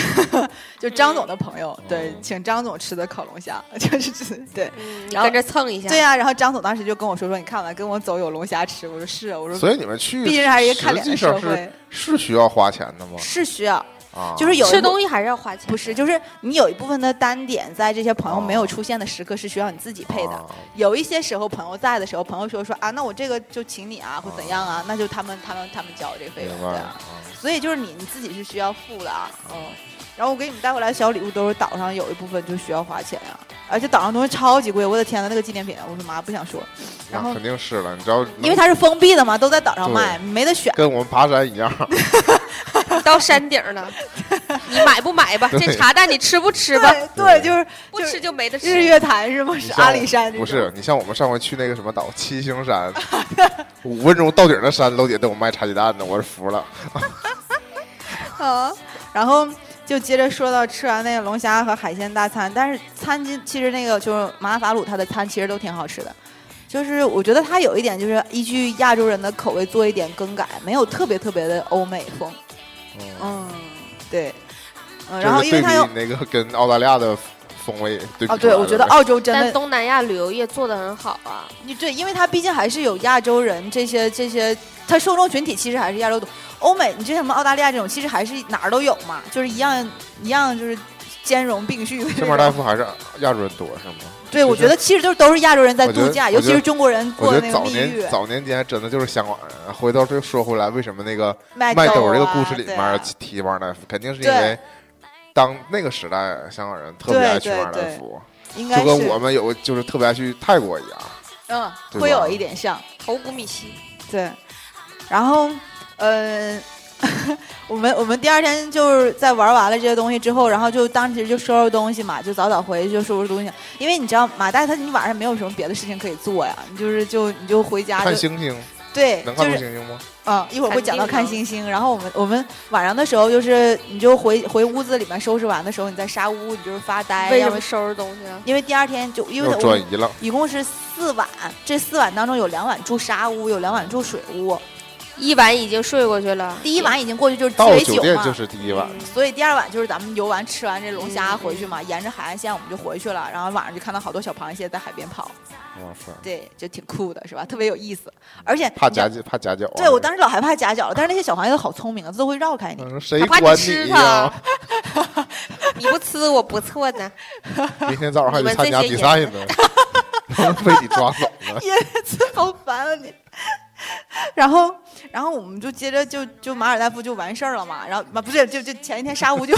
H: 就张总的朋友，对
F: 嗯，
H: 请张总吃的烤龙虾， 就是对
G: 嗯你
H: 然后
G: 跟着蹭一下。
H: 对呀、然后张总当时就跟我说说，你看吧，跟我走有龙虾吃，我说是啊，我说
F: 所以你们去
H: 毕竟还是一个看
F: 实
H: 脸
F: 际
H: 的社
F: 上是
H: 会，
F: 是需要花钱的吗？
H: 是需要，
F: 啊，
H: 就是有一
G: 吃
H: 部
G: 东西还是要花钱，
H: 不是，就是你有一部分的单点在这些朋友没有
F: 哦
H: 出现的时刻是需要你自己配的。
F: 啊
H: 有一些时候朋友在的时候，朋友说说啊，那我这个就请你啊，或怎样啊，那就他们他们他们交这个费
F: 哦明
H: 用，
F: 白
H: 对
F: 了
H: 啊。。所以就是你你自己是需要付的啊，嗯。然后我给你们带回来的小礼物都是岛上有一部分就需要花钱啊，而且岛上东西超级贵，我的天呐，那个纪念品，我说妈不想说，然
F: 那
H: 后
F: 肯定是了，你知道，
H: 因为它是封闭的嘛，都在岛上
F: 嗯对
H: 卖，没得选。
F: 跟我们爬山一样，
G: 到山顶 了，你买不买吧？这
F: 对
G: 茶蛋你吃不吃吧？
H: 对对，就是
G: 不吃就没得吃。
H: 日月潭是吗？
F: 你
H: 是
F: 像
H: 阿
F: 我
H: 里山这种
F: 不是，你像我们上回去那个什么岛七星山，五分钟到顶的山，楼底都有卖茶鸡蛋的，我是服了。
H: 啊，然后就接着说到吃完那个龙虾和海鲜大餐，但是餐其其实那个就是麻辣法鲁它的餐其实都挺好吃的，就是我觉得它有一点就是依据亚洲人的口味做一点更改，没有特别特别的欧美风。嗯，对，嗯，然后
F: 就是
H: 因
F: 对
H: 为
F: 比
H: 它有
F: 你那个跟澳大利亚的风味对比出
H: 啊，
F: 来
H: 对，
F: 了
H: 我觉得澳洲真
G: 但
H: 的，
G: 东南亚旅游业做的很好啊，
H: 你对，因为它毕竟还是有亚洲人这些这些，它受众群体其实还是亚洲多。欧美，你就像什么澳大利亚这种，其实还是哪儿都有嘛，就是一样一样就是兼容并蓄的这
F: 这
H: 种。
F: 边大夫还是亚洲人多是吗？
H: 对，我
F: 其
H: 觉
F: 实
H: 得其实就都是亚洲人在
F: 我觉
H: 度
F: 得
H: 假，
F: 我
H: 尤其
F: 觉
H: 是
F: 得
H: 中国人
F: 我
H: 过
F: 觉
H: 那
F: 得
H: 个
F: 早
H: 蜜
F: 年
H: 月。
F: 早年间还真的就是香港人。回头就说回来，为什么那个
H: 麦
F: 麦兜
H: 兜
F: 这个
H: 啊
F: 故事里
H: 对
F: 面
H: 啊
F: 提王大夫，肯定是因
H: 对
F: 为当那个时代香港人特别
H: 对
F: 爱去
H: 对
F: 王大
H: 对
F: 夫，
H: 应该
F: 就是跟我们有就是特别爱去泰国一样。
H: 嗯，
F: 对
H: 会
F: 吧
H: 有一点像
G: 头骨米稀。
H: 对。然后，呃， 我们我们第二天就是在玩完了这些东西之后，然后就当时就收拾东西嘛，就早早回去就收拾东西，因为你知道马代他你晚上没有什么别的事情可以做呀，你就是就你就回家
F: 看
H: 就
F: 星星
H: 对，
F: 能看
H: 就
F: 出
H: 是
F: 星星吗？
H: 嗯，一会儿会讲到看
G: 肯定
H: 星星。然后我们我们晚上的时候，就是你就回回屋子里面收拾完的时候，你在沙屋，你就是发呆。
G: 为
H: 要
G: 什
H: 不
G: 么收拾东西啊？
H: 因为第二天就因为
F: 又
H: 我
F: 转
H: 们
F: 移了，
H: 一共是四晚，这四晚当中有两晚住沙屋，有两晚住水屋。
G: 一晚已经睡过去了，
H: 第一 晚已经过去就是鸡
F: 到
H: 尾
F: 酒
H: 酒
F: 店
H: 嘛，嗯
F: 就是第一晚。
H: 所以第二晚就是咱们游完吃完这龙虾回去嘛，
F: 嗯
H: 沿着海岸线我们就回去了。然后晚上就看到好多小螃蟹在海边跑，
F: 哇塞，
H: 对，就挺酷的，是吧？特别有意思，而且
F: 嗯怕
H: 你知道
F: 夹。怕夹脚啊。
H: 对，我当时老害怕夹脚了，但是那些小螃蟹都好聪明啊，都会绕开你。
F: 嗯谁
G: 他怕
F: 管
G: 你吃
F: 呀、
G: 它。你不吃我不错呢。
F: 明天早上还
G: 你
F: 得
G: 们
F: 参
G: 这
F: 加
G: 些
F: 比
G: 人
F: 赛呢， 被你抓走了。
H: 也是好烦 啊你。 然后，然后我们就接着就就马尔代夫就完事儿了嘛。然后嘛不是就就前一天沙乌就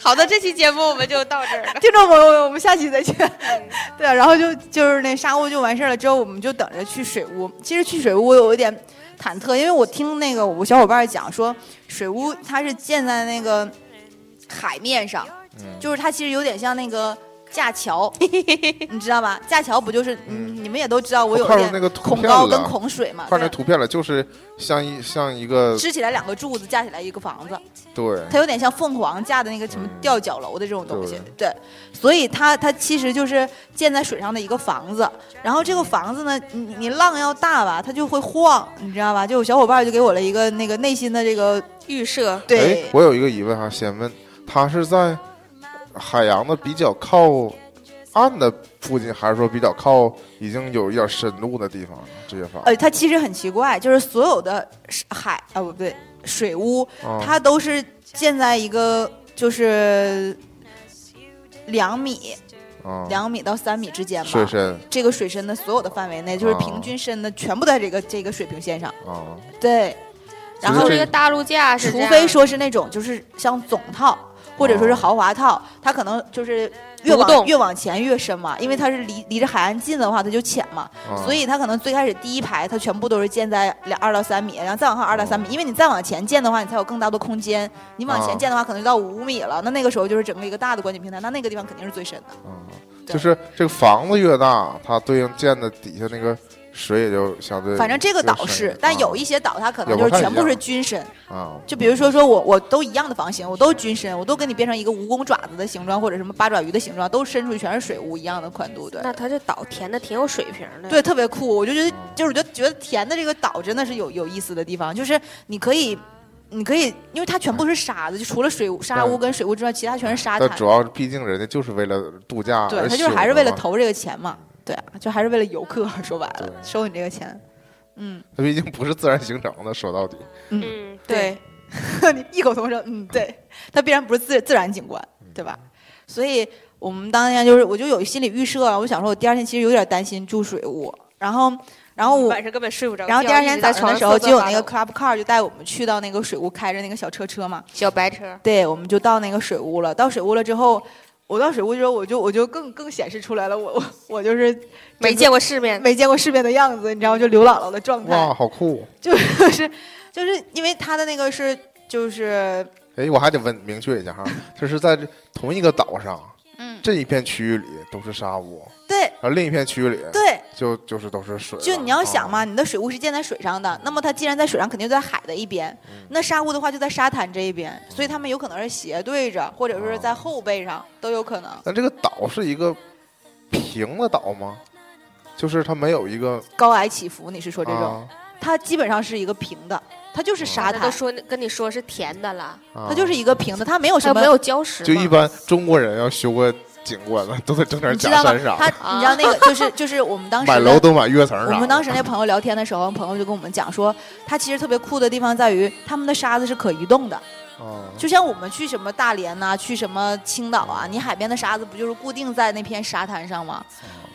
G: 好的，这期节目我们就到这儿 了。
H: 听众朋友们，我们下期再见。 对啊，然后就就是那沙乌就完事儿了之后，我们就等着去水屋。其实去水屋我有一点忐忑，因为我听那个我小伙伴讲说，水屋它是建在那个海面上，
F: 嗯
H: 就是它其实有点像那个。架桥，你知道吧？架桥不就是，嗯，你们也都知道，我有
F: 我看
H: 点
F: 到那个图
H: 恐
F: 片
H: 高跟
F: 了
H: 恐水嘛。
F: 看
H: 对
F: 这图片了，就是像一像一个
H: 支起来两个柱子，架起来一个房子，
F: 对，
H: 它有点像凤凰架的那个什么吊脚楼的这种东西。
F: 嗯
H: 对，所以它它其实就是建在水上的一个房子。然后这个房子呢，你你浪要大吧，它就会晃，你知道吧？就有小伙伴就给我了一个那个内心的这个
G: 预设
H: 对
F: 哎，，我有一个疑问哈、先问他是在海洋的比较靠岸的附近，还是说比较靠已经有一点深度的地方？这些房，
H: 呃，它其实很奇怪，就是所有的海啊不对水屋，
F: 啊
H: 它都是建在一个就是两米
F: 啊，
H: 两米到三米之间吧。
F: 水深嗯
H: 这个水深的所有的范围内，就是平均深的全部在这个这个水平线上。
F: 啊，
H: 对，然
F: 就
H: 后
F: 是
G: 这个大陆架是这
H: 除
G: 样
H: 非说是那种就是像总套或者说是豪华套，它可能就是越
G: 独
H: 往
G: 栋
H: 越往前越深嘛，因为它是离离着海岸近的话，它就浅嘛，
F: 啊
H: 所以它可能最开始第一排它全部都是建在两二到三米，然后再往后二到三米，因为你再往前建的话，你才有更大的空间，你往
F: 啊
H: 前建的话可能就到五米了，那那个时候就是整个一个大的观景平台，那那个地方肯定是最深的。
F: 啊，
H: 对
F: 就是这个房子越大，它对应建的底下那个水也就相对越深。哦
H: 反正这个岛是，但有一些岛它可能
F: 也不
H: 就是
F: 太
H: 全
F: 一
H: 部是
F: 样
H: 均深，
F: 啊，
H: 就比如说说我我都一样的房型，我都是均深，我都给你变成一个蜈蚣爪子的形状或者什么八爪鱼的形状，都伸出去全是水雾一样的宽度，对。
G: 那它这岛填的挺有水平的。
H: 对，，特别酷，我就觉得，就是我就觉得甜的这个岛真的是有有意思的地方，就是你可以，你可以，因为它全部是沙子，就除了水屋沙屋
F: 但
H: 跟水屋之外，其他全是沙
F: 但
H: 滩。
F: 主要毕竟人家就是为了度假而修的
H: 对，
F: 嘛，
H: 他就是还是为了投这个钱嘛，对啊，就还是为了游客， 说白了，
F: 对
H: 收你这个钱，嗯
F: 它毕竟不是自然形成的，说到底，
H: 嗯，
G: 嗯，
H: 对， 你异口同声，嗯，对，它必然不是自自然景观，对吧？所以我们当天就是，我就有心理预设啊，我想说，我第二天其实有点担心住水屋，然后，然后我
G: 晚上根本睡不着觉。
H: 然后第二天早上的时候，
G: 一
H: 就
G: 直在
H: 有
G: 床
H: 那
G: 上
H: 个
G: 瑟瑟发抖
H: club car 就带我们去到那个水屋，开着那个小车车嘛。
G: 小白车，
H: 对，我们就到那个水屋了。到水屋了之后，我到水库之后，我就我就更更显示出来了，我 我我就是
G: 没嗯见过世面，
H: 没见过世面的样子，你知道吗？就刘姥姥的状态
F: 哇，，好酷！啊
H: 就 就是就是因为他的那个是就是
F: 哎，我还得问明确一下哈，就是在这同一个岛上，
H: 嗯，
F: 这一片区域里都是沙屋，
H: 对
F: 然后另一片区域里
H: 对，
F: 就就是都是水了。
H: 就你要想
F: 啊，
H: 嘛，你的水屋是建在水上的，那么它既然在水上，肯定就在海的一边
F: 嗯。
H: 那沙屋的话就在沙滩这一边，所以他们有可能是斜对着，或者说是在后背上都有可能。
F: 但这个岛是一个平的岛吗？就是它没有一个
H: 高矮起伏，你是说这种？
F: 啊
H: 它基本上是一个平的，它就是沙
G: 他都
H: 滩，
G: 说跟你说是甜的了，
F: 啊
H: 它就是一个平的，它没有
G: 还
H: 什么
G: 没。有礁石
F: 就
G: 嘛
F: 一般中国人要修个景观了，都得整点
H: 你知
F: 假
H: 道吗
F: 山？啥
H: 它
F: 的，
G: 啊
H: 你知道那个就是就是我们当时
F: 买
H: 的
F: 楼都买跃层啥的。
H: 我们当时那朋友聊天的时候，朋友就跟我们讲说，它其实特别酷的地方在于，他们的沙子是可移动的。
F: 啊
H: 就像我们去什么大连呐、去什么青岛啊，你海边的沙子不就是固定在那片沙滩上吗？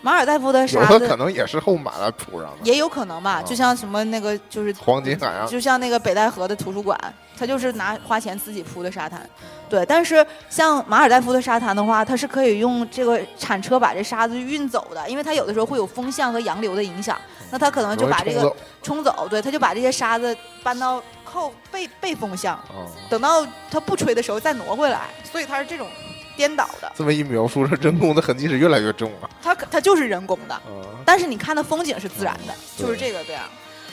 H: 马尔代夫的沙
F: 有的可
H: 子
F: 能也是后买来铺上的，
H: 也有可能吧，
F: 嗯
H: 就像什么那个就是
F: 黄金海岸
H: 就像那个北戴河的图书馆，它就是拿花钱自己铺的沙滩。对，但是像马尔代夫的沙滩的话，它是可以用这个铲车把这沙子运走的，因为它有的时候会有风向和洋流的影响，那它可能就
F: 容易
H: 把这
F: 冲
H: 个
F: 走
H: 冲走，对，它就把这些沙子搬到靠背背风向，
F: 啊。
H: 等到它不吹的时候再挪回来，所以它是这种颠倒的，
F: 这么一描述，这人工的痕迹是越来越重了。
H: 它可它就是人工的，
F: 啊，
H: 但是你看的风景是自然的，
F: 对
H: 就是这个对啊。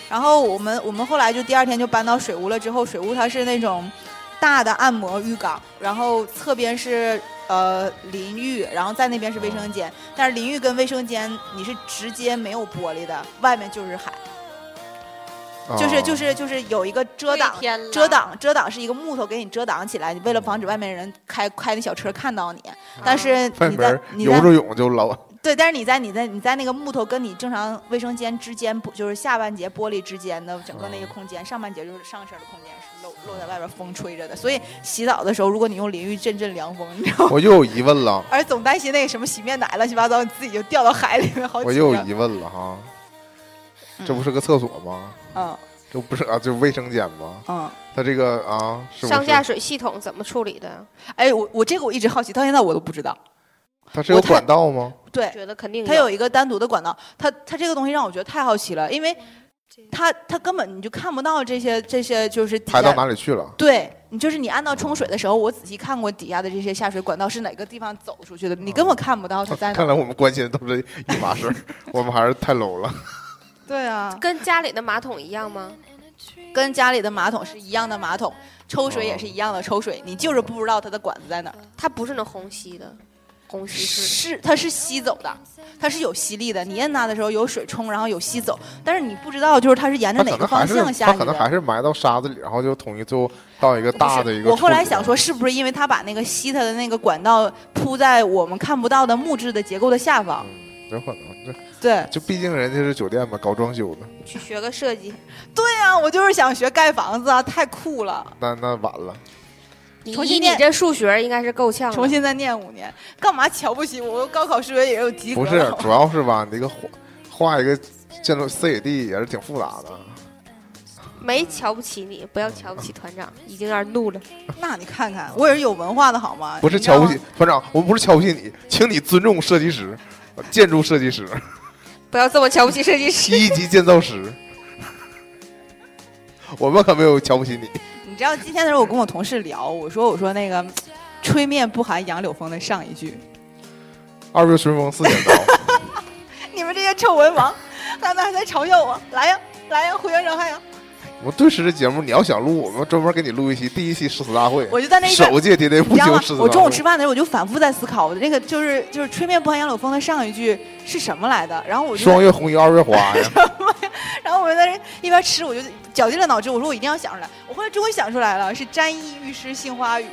H: 然后我们我们后来就第二天就搬到水屋了，之后水屋它是那种大的按摩浴缸，然后侧边是呃淋浴，然后在那边是卫生间，但是淋浴跟卫生间你是直接没有玻璃的，外面就是海，
F: 啊哦
H: 就是就是就是有一个遮挡
G: 对天了
H: 遮挡遮挡是一个木头给你遮挡起来，你为了防止外面人开开那小车看到你。但是
F: 外
H: 你在
F: 边
H: 你
F: 游
H: 在
F: 着泳就 老
H: 对，但是你在你在你在那个木头跟你正常卫生间之间，不就是下半截玻璃之间的整个那个
F: 啊
H: 空间，上半截就是上身的空间是露露在外边风吹着的。所以洗澡的时候，如果你用淋浴阵阵凉风，你知道吗？
F: 我又有疑问了，
H: 而总担心那个什么洗面奶乱七八糟，你自己就掉到海里面，好
F: 我
H: 紧
F: 又有
H: 张
F: 疑问了哈。
H: 嗯
F: 这不是个厕所吗？
H: 嗯
F: 这不是啊，就卫生间吗？
H: 嗯，
F: 它这个啊，是不是
G: 上下水系统怎么处理的？
H: 哎，我我这个我一直好奇，到现在我都不知道。
F: 它是有
H: 我看
F: 管道吗？
H: 对，
G: 觉得肯定
H: 它有一个单独的管道，它它这个东西让我觉得太好奇了，因为它它根本你就看不到这些这些就是底
F: 排到
H: 下
F: 哪里去了？
H: 对你就是你按到冲水的时候，我仔细看过底下的这些下水管道是哪个地方走出去的，你根本看不到它在哪
F: 哦看
H: 儿。
F: 来我们关心的都是一码 事儿，我们还是太 low 了。
H: 对啊，
G: 跟家里的马桶一样吗？
H: 跟家里的马桶是一样的马桶，抽水也是一样的抽水，你就是不知道它的管子在哪儿。
G: 它不是能虹吸的，虹吸式
H: 是它是吸走的，它是有吸力的，你摁它的时候有水冲，然后有吸走，但是你不知道就是它是沿着
F: 它
H: 哪
F: 可
H: 个
F: 能
H: 方
F: 还是
H: 向下
F: 它
H: 去
F: 可
H: 的
F: 能。还是埋到沙子里，然后就统一最后到一个大的一个。
H: 我后来想说，，是不是因为他把那个吸它的那个管道铺在我们看不到的木质的结构的下方？
F: 嗯，有可能这
H: 对，
F: 就毕竟人家是酒店嘛，搞装修的，
G: 去学个设计，
H: 对呀、我就是想学盖房子啊，太酷了！
F: 那那晚了。
G: 你
H: 重新
G: 以你
H: 念
G: 这数学应该是够
F: 嗯
G: 呛的。
H: 重新再念五年，干嘛瞧不起我？我高考数学也有及格
F: 不是
H: 了，
F: 主要是吧，你这个画画一个建筑 CAD 也是挺复杂的。
H: 哎
G: 没瞧不起你，不要瞧不起团长，已经有点怒了。
H: 那你看看，我也是有文化的好吗？
F: 不是
H: 你知道
F: 瞧
H: 吗
F: 不起，团长，我不是瞧不起你，请你尊重设计师、呃建筑设计师、
G: 不要这么瞧不起设计师。
F: 一级建造师。我们可没有瞧不起你，
H: 你知道今天的时候，我跟我同事聊，我说我说那个“吹面不寒杨柳风”的上一句，
F: 二月春风四剪刀，
H: 你们这些臭文盲，他们还在嘲笑我，来呀来呀，回原伤害呀！
F: 我顿时这节目你要想录，我们专门给你录一期，第一期诗词大会，
H: 我就在那一边
F: 首届喋喋
H: 你
F: 不
H: 知道
F: 休
H: 吗
F: 诗词大？会。
H: 我中午吃饭的时候，我就反复在思考，我的那个就是就是“吹面不寒杨柳风”的上一句是什么来的？然后我就在
F: 双月红于二月花 呀，
H: 然后我就在这一边吃，我就绞尽了脑汁，我说我一定要想出来。我后来终于想出来了，是“沾衣欲湿杏花雨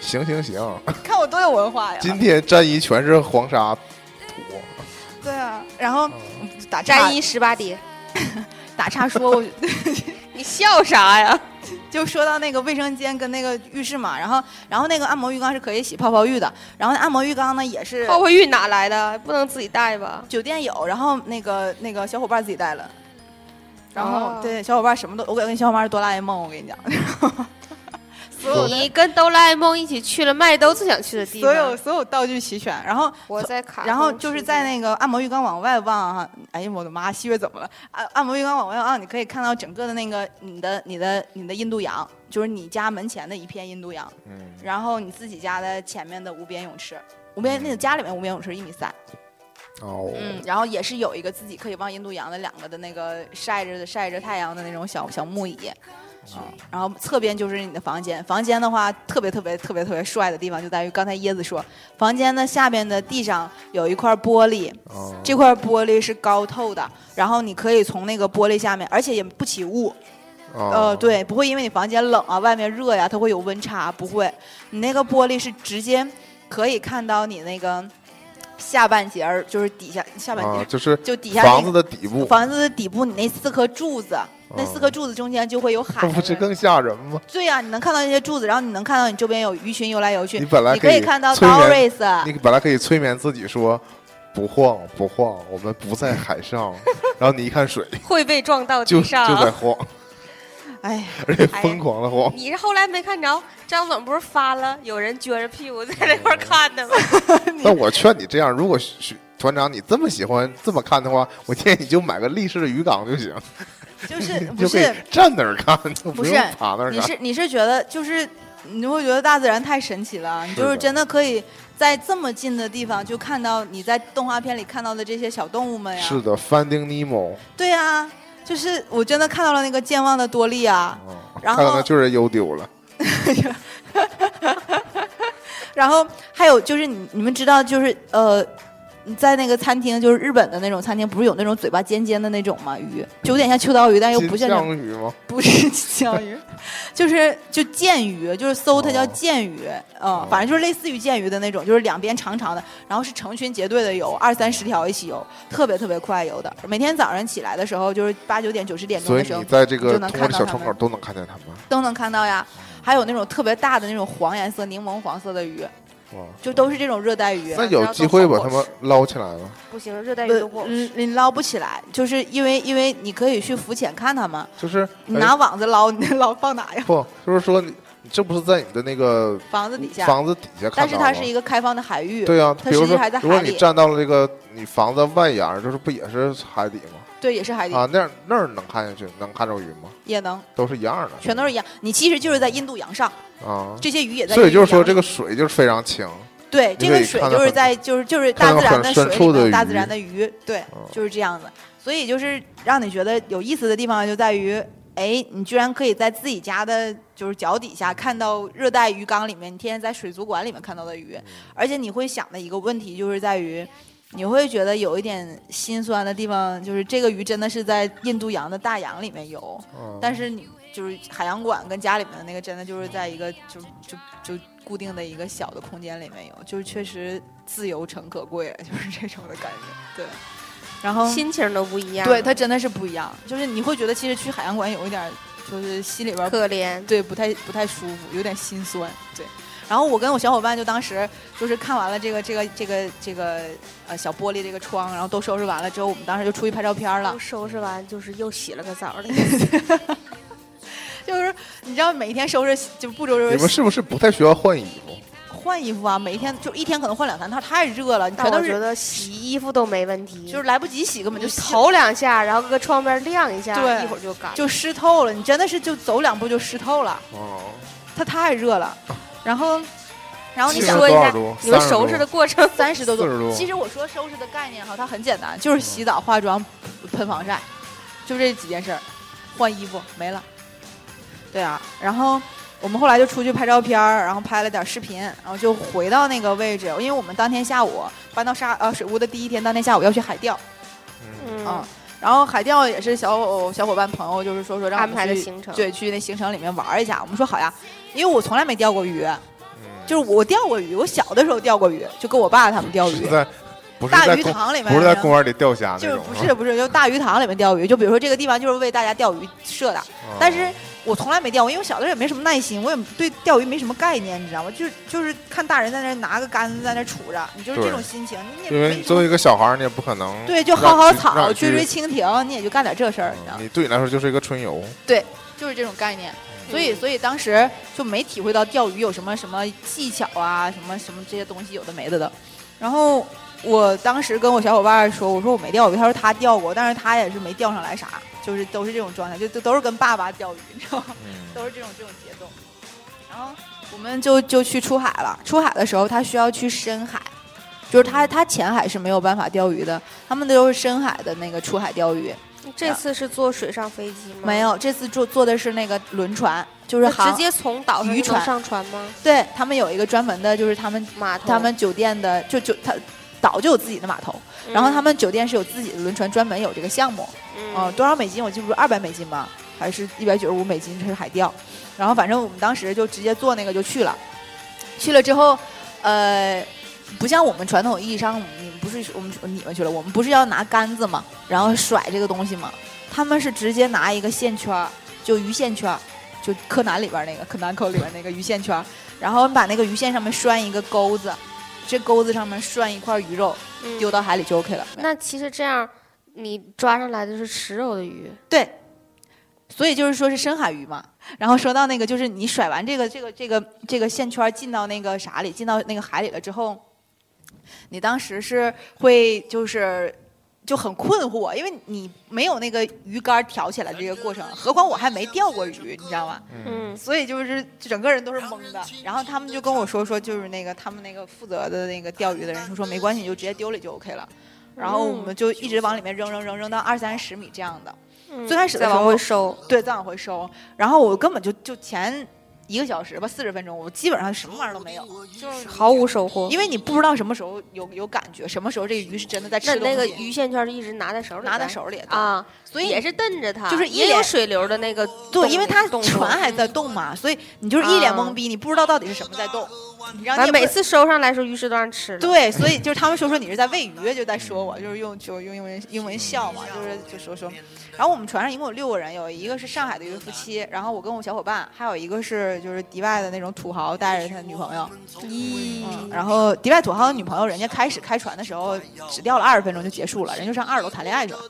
F: 行行行，”，
H: 看我多有文化呀！
F: 今天战衣全是黄沙土，
H: 对啊，然
F: 哦
H: 后打岔
G: 战衣十八叠，
H: 打岔说， 我
G: 你笑啥呀？
H: 就说到那个卫生间跟那个浴室嘛，然后然后那个按摩浴缸是可以洗泡泡浴的，然后那按摩浴缸呢也是
G: 泡泡浴哪来的？不能自己带吧？
H: 酒店有，然后那个那个小伙伴自己带了。然后、
G: 哦
H: 对小伙伴什么都，我感觉小伙伴是哆啦 A 梦，我跟你讲，所有的
G: 你跟哆啦 A 梦一起去了麦兜最想去的地
H: 所有
G: 方。
H: 所有道具齐全，然后
G: 我在卡通世界，
H: 然后就是在那个按摩浴缸往外望啊，哎呀我的妈，西月怎么了？按按摩浴缸往外望，你可以看到整个的那个你的你的你的印度洋，就是你家门前的一片印度洋，
F: 嗯，
H: 然后你自己家的前面的无边泳池，无边那个家里面无边泳池一米三，
F: 哦，
H: 嗯，然后也是有一个自己可以望印度洋的两个的那个晒着的晒着太阳的那种小小木椅。啊、然后侧边就是你的房间，房间的话特别特别特别特别帅的地方就在于刚才椰子说，房间的下边的地上有一块玻璃，
F: 哦
H: 这块玻璃是高透的，然后你可以从那个玻璃下面，而且也不起雾，呃，
F: 哦，
H: 对，不会因为你房间冷啊，外面热呀、它会有温差，不会。你那个玻璃是直接可以看到你那个下半截儿，就是底下下半截
F: 啊
H: 儿，，
F: 就是
H: 就底下那
F: 房子
H: 个
F: 的底部，
H: 房子的底部，你那四颗柱子，那四颗柱子中间就会有 海
F: 这不是
H: 的纹。
F: 更吓人吗？
H: 对呀、你能看到那些柱子，然后你能看到你周边有鱼群游来游去，
F: 你本来
H: 你可
F: 以
H: 以看到啊
F: 催眠，
H: Doris，
F: 你本来可以催眠自己说不晃不晃，我们不在海 上，然后你一看水
G: 会被撞
H: 哦
G: 到
F: 就
G: 地
F: 就在
G: 上。
F: 晃，
H: 啊 哎呀，
F: 而且
G: 哎呀
F: 疯狂的晃。
G: 你是后来没看着，张总不是发了有人撅着屁股在那块儿看 的吗？
F: 但我劝你这样，如果许团长你这么喜欢这么看的话，我建议你就买个立式的渔港就行，
H: 就是
F: 你
H: 不
F: 就可以
H: 是
F: 站那儿看，就
H: 不
F: 用
H: 是
F: 爬那儿
H: 你
F: 看。
H: 是 你是觉得就是你会觉得大自然太神奇了，你就是是
F: 的
H: 真的可以在这么近的地方就看到你在动画片里看到的这些小动物们呀。
F: 是的，Finding Nemo，
H: 对啊，就是我真的看到了那个健忘的多利啊，
F: 嗯
H: 然
F: 看到
H: 后
F: 那就是悠丢了。
H: 然后还有就是你你们知道就是呃。你在那个餐厅，就是日本的那种餐厅，不是有那种嘴巴尖尖的那种吗？鱼就有点像秋刀鱼，但又
F: 金
H: 哎不像那种
F: 枪鱼吗？
H: 不是金枪鱼，就是就剑鱼，就是搜它叫
F: 哦
H: 剑鱼，嗯，反正就是类似于剑鱼的那种，就是两边长长的，然后是成群结队的游，二三十条一起游，特别特别快游的。每天早上起来的时候，就是八九点九十点钟
F: 所
H: 的
F: 以
H: 时候
F: 你，在这
H: 就
F: 个
H: 能
F: 通
H: 看
F: 过这
H: 到
F: 小
H: 它
F: 窗口
H: 们
F: 都能看见它们。
H: 都能看到呀。还有那种特别大的那种黄颜色、柠檬黄色的鱼，
F: 哇，
H: 就都是这种热带鱼。
F: 那有机会把它们捞起来吗？
G: 不行，热带鱼
H: 不
G: 都不好吃。
H: 嗯，你捞不起来，就是因为因为你可以去浮潜看它们，
F: 就是
H: 你
F: 哎
H: 拿网子捞，你 捞放哪呀？
F: 不，就是说你你这不是在你的那个
H: 房子底下。
F: 房子底下看
H: 但
F: 到
H: 是它是
F: 吗
H: 一个开放的海域，
F: 对啊，
H: 它
F: 比如
H: 实际
F: 说
H: 还在
F: 如果
H: 海
F: 你
H: 里
F: 站到了这个你房子外沿儿，就是不也是海底吗？
H: 对，也是海底、
F: 啊，那儿那儿能看下去，能看着鱼吗？
H: 也能，
F: 都是一样的，
H: 全都是一样。你其实就是在印度洋上，
F: 啊。
H: 这些鱼也在印度洋上。
F: 所以就是说，这个水就是非常清，
H: 对
F: 你
H: 这
F: 可以
H: 个水
F: 看到
H: 就是
F: 很
H: 在就是就是
F: 看
H: 大
F: 到
H: 自然
F: 很
H: 的水
F: 深
H: 里
F: 处的
H: 面，大
F: 鱼
H: 自然的鱼，对
F: 哦，
H: 就是这样子。所以就是让你觉得有意思的地方就在于，哎，你居然可以在自己家的就是脚底下看到热带鱼缸里面，你天天在水族馆里面看到的鱼，
F: 嗯
H: 而且你会想的一个问题就是在于。你会觉得有一点心酸的地方，就是这个鱼真的是在印度洋的大洋里面游，
F: 嗯
H: 但是你就是海洋馆跟家里面的那个真的就是在一个就就就固定的一个小的空间里面有，就是确实自由诚可贵，就是这种的感觉。对，然后
G: 心情都不一样。
H: 对它真的是不一样，就是你会觉得其实去海洋馆有一点儿就是心里边儿
G: 可怜。
H: 对不太不太舒服，有点心酸。对，然后我跟我小伙伴就当时就是看完了这个这个这个这个呃小玻璃这个窗，然后都收拾完了之后，我们当时就出去拍照片儿了
G: 都。收拾完就是又洗了个澡 的。
H: 就是你知道每一天收拾就步骤就是
F: 你们是不是不太需要换衣服？
H: 换衣服啊，每一天就一天可能换两三套，太热了，你
G: 但
H: 全
G: 我
H: 都
G: 觉
H: 是
G: 得洗衣服都没问题，
H: 就是来不及洗，根本就
G: 你
H: 洗
G: 头两下，然后搁窗边晾一下，
H: 对
G: 一会儿就干了。
H: 就湿透了，你真的是就走两步就湿透了，
F: 哦，
H: 它太热了。然后，然后你
F: 气
H: 想
F: 温
G: 说
F: 多
G: 一下
F: 少度？
G: 你们
F: 30度
G: 收拾的过 程，
H: 三十多
F: 40
H: 度，
F: 度
H: 其实我说收拾的概念哈，它很简单，就是洗澡、化妆、喷防晒，就这几件事儿，换衣服没了。对啊，然后我们后来就出去拍照片儿，然后拍了点视频，然后就回到那个位置，因为我们当天下午搬到沙呃水屋的第一天，当天下午要去海钓。
F: 嗯
H: 嗯
G: 嗯，，
H: 然后海钓也是小小伙伴朋友，就是说说让我
G: 安
H: 们
G: 排的
H: 去
G: 行程
H: 对，去那行程里面玩一下。我们说好呀，因为我从来没钓过鱼，
F: 嗯
H: 就是我钓过鱼，我小的时候钓过鱼，就跟我爸他们钓
F: 是
H: 鱼，
F: 在不是
H: 大
F: 在
H: 鱼
F: 公
H: 塘里面，
F: 不是在公园里钓虾
H: 就
F: 那
H: 是
F: 种，啊
H: 不是不是，就大鱼塘里面钓鱼。就比如说这个地方就是为大家钓鱼设的，
F: 哦
H: 但是我从来没钓过，因为我小的时候也没什么耐心，我也对钓鱼没什么概念，你知道吗？就是就是看大人在那儿拿个杆子在那儿杵着，你就是
F: 对
H: 这种心情，你也
F: 因为
H: 没
F: 你
H: 什
F: 作为
H: 么
F: 一个小孩儿，你也不可能
H: 对，就
F: 让
H: 薅薅
F: 去让
H: 草、
F: 你
H: 追
F: 去
H: 追蜻蜓，你也就干点这事儿，你知道
F: 嗯
H: 吗？
F: 你对你来说就是一个春游，
H: 对，就是这种概念。
F: 嗯
H: 所以所以当时就没体会到钓鱼有什么什么技巧啊，什么什么这些东西有的没的的。然后我当时跟我小伙伴说，我说我没钓过鱼，他说他钓过，但是他也是没钓上来啥，就是都是这种状态，就都都是跟爸爸钓鱼，你知道吗？
F: 嗯
H: 都是这种这种节奏。然后我们就就去出海了。出海的时候，他需要去深海，就是他他浅海是没有办法钓鱼的，他们都是深海的那个出海钓鱼。
G: 这次是坐水上飞机吗？
H: 没，有，这次坐坐的是那个轮船，就是航
G: 直接从岛上
H: 渔
G: 就
H: 船
G: 能上船吗？
H: 对他们有一个专门的，就是他们
G: 码头，
H: 他们酒店的就就他岛就有自己的码头，
G: 嗯，
H: 然后他们酒店是有自己的轮船，专门有这个项目。
G: 嗯，
H: 嗯，多少美金？我记不住，二百美金吧，还是一百九十五美金？这是海钓。然后反正我们当时就直接坐那个就去了，去了之后，呃，不像我们传统意义上，你们不是我们你们去了，我们不是要拿杆子嘛，然后甩这个东西嘛，他们是直接拿一个线圈儿，就鱼线圈儿，就柯南里边儿那个柯南口里边儿那个鱼线圈儿，然后把那个鱼线上面拴一个钩子，这钩子上面拴一块鱼肉，
G: 嗯
H: 丢到海里就 OK 了。
G: 那其实这样，你抓上来的是食肉的鱼，
H: 对，所以就是说是深海鱼嘛。然后说到那个，就是你甩完这个这个这个这个线圈儿进到那个啥里，进到那个海里了之后，你当时是会就是就很困惑，因为你没有那个鱼竿挑起来的这个过程，何况我还没钓过鱼，你知道吗？
G: 嗯，
H: 所以就是整个人都是懵的。然后他们就跟我说说，就是那个他们那个负责的那个钓鱼的人，他说没关系，你就直接丢里就 OK 了。然后我们就一直往里面扔扔扔扔到二三十米这样的。最开始的
G: 嗯再
H: 时候
G: 往回收，
H: 对，再往回收。然后我根本就就前一个小时吧，四十分钟，我基本上什么玩意儿都没有，就是
G: 毫无收获。
H: 因为你不知道什么时候有有感觉，什么时候这个鱼是真的在吃
G: 那
H: 东西
G: 那个鱼线圈就一直拿在手里呗，
H: 拿在手里，
G: 啊，
H: 所以
G: 也是瞪着它，
H: 就是一
G: 也有
H: 脸
G: 水流的那个动，
H: 对，因为它
G: 动作
H: 船还在动嘛，所以你就是一脸
G: 啊
H: 懵逼，你不知道到底是什么在动，你让
G: 完
H: 你也不
G: 每次收上来的时候鱼是都让吃了。
H: 对，所以就是他们说说你是在喂鱼，就在说我，就是用就用英文英文笑嘛，就是就说说。然后我们船上一共有六个人，有一个是上海的一对夫妻，然后我跟我小伙伴，还有一个是就是迪拜的那种土豪带着他女朋友。
G: 咦，
H: 嗯，然后迪拜土豪的女朋友，人家开始开船的时候只钓了二十分钟就结束了，人就上二楼谈恋爱去了。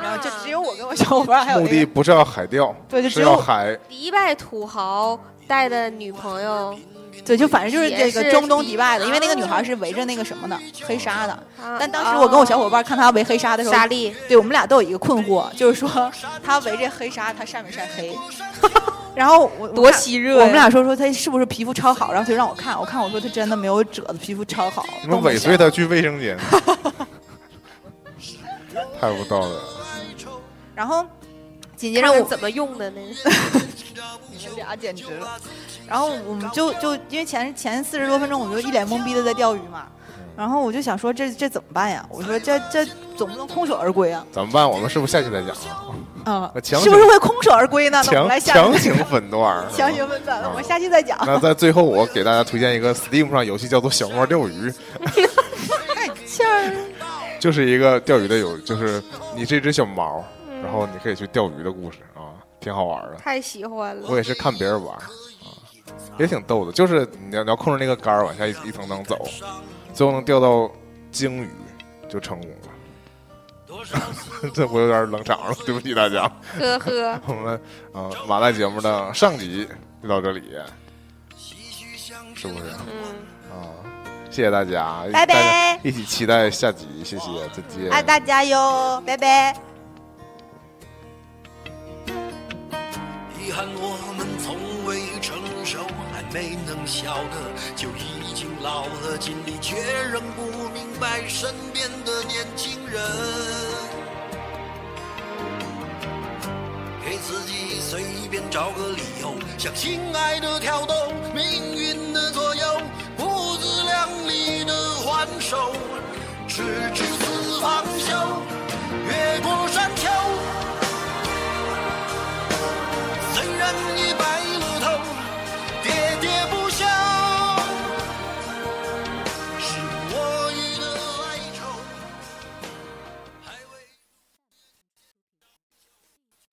H: 然啊后就只
G: 啊
H: 有我跟我小伙伴还有
F: 目
H: 那
F: 的
H: 个
F: 不是要海钓，
H: 对就是只有
F: 要海
G: 迪拜土豪带的女朋友
H: 对，就反正就是这
G: 也
H: 个
G: 是
H: 中东迪拜的，因为那个女孩是围着那个什么的黑纱的。
G: 啊，
H: 但当时我跟我小伙伴看她围黑纱的时候，
G: 沙粒，
H: 对我们俩都有一个困惑，就是说他围着黑纱，他晒没晒黑？ 然后我我
G: 多
H: 看
G: 吸热呀
H: 我们俩说说他是不是皮肤超好，然后他就让我看，我看我说他真的没有褶子，皮肤超好。
F: 你们尾随他去卫生 间，太不道德了。
H: 然后紧接
G: 你
H: 着
G: 让我
H: 我
G: 怎么用的呢？
H: 你们俩简直了。然后我们就就因为前前四十多分钟，我们就一脸懵逼的在钓鱼嘛。
F: 嗯
H: 然后我就想说这这怎么办呀？我说这这总不能空手而归啊，
F: 怎么办？我们是不是下期再讲啊？
H: 啊、
F: 那强行
H: 是不是会空手而归呢？那
F: 强
H: 我们来下
F: 强行分段儿，
H: 强行分段，我们下期再讲。
F: 那 在最后，我给大家推荐一个 Steam 上游戏，叫做《小猫钓鱼》，
H: 啊
F: 就是一个钓鱼的游，就是你是一只小猫，
H: 嗯
F: 然后你可以去钓鱼的故事啊，挺好玩的。
G: 太喜欢了
F: 我，也是看别人玩啊，也挺逗的。就是你要你要控制那个杆儿往下一一层层走，最后能钓到鲸鱼就成功了。 这我有点冷场了，对不起大家。
G: 呵呵，
F: 我们呃马来节目的上集就到这里，是不是啊、
G: 嗯，
F: 谢谢大家，
H: 拜
F: 大
H: 拜
F: 家一起期待下集，谢谢，再见。
H: 爱大家哟，拜拜。
I: 遗憾我们从未成熟，还没能笑得就已经老了，尽力却仍不明白身边的年轻人。给自己随便找个理由，向心爱的挑逗，命运的左右，不自量力的还手，直至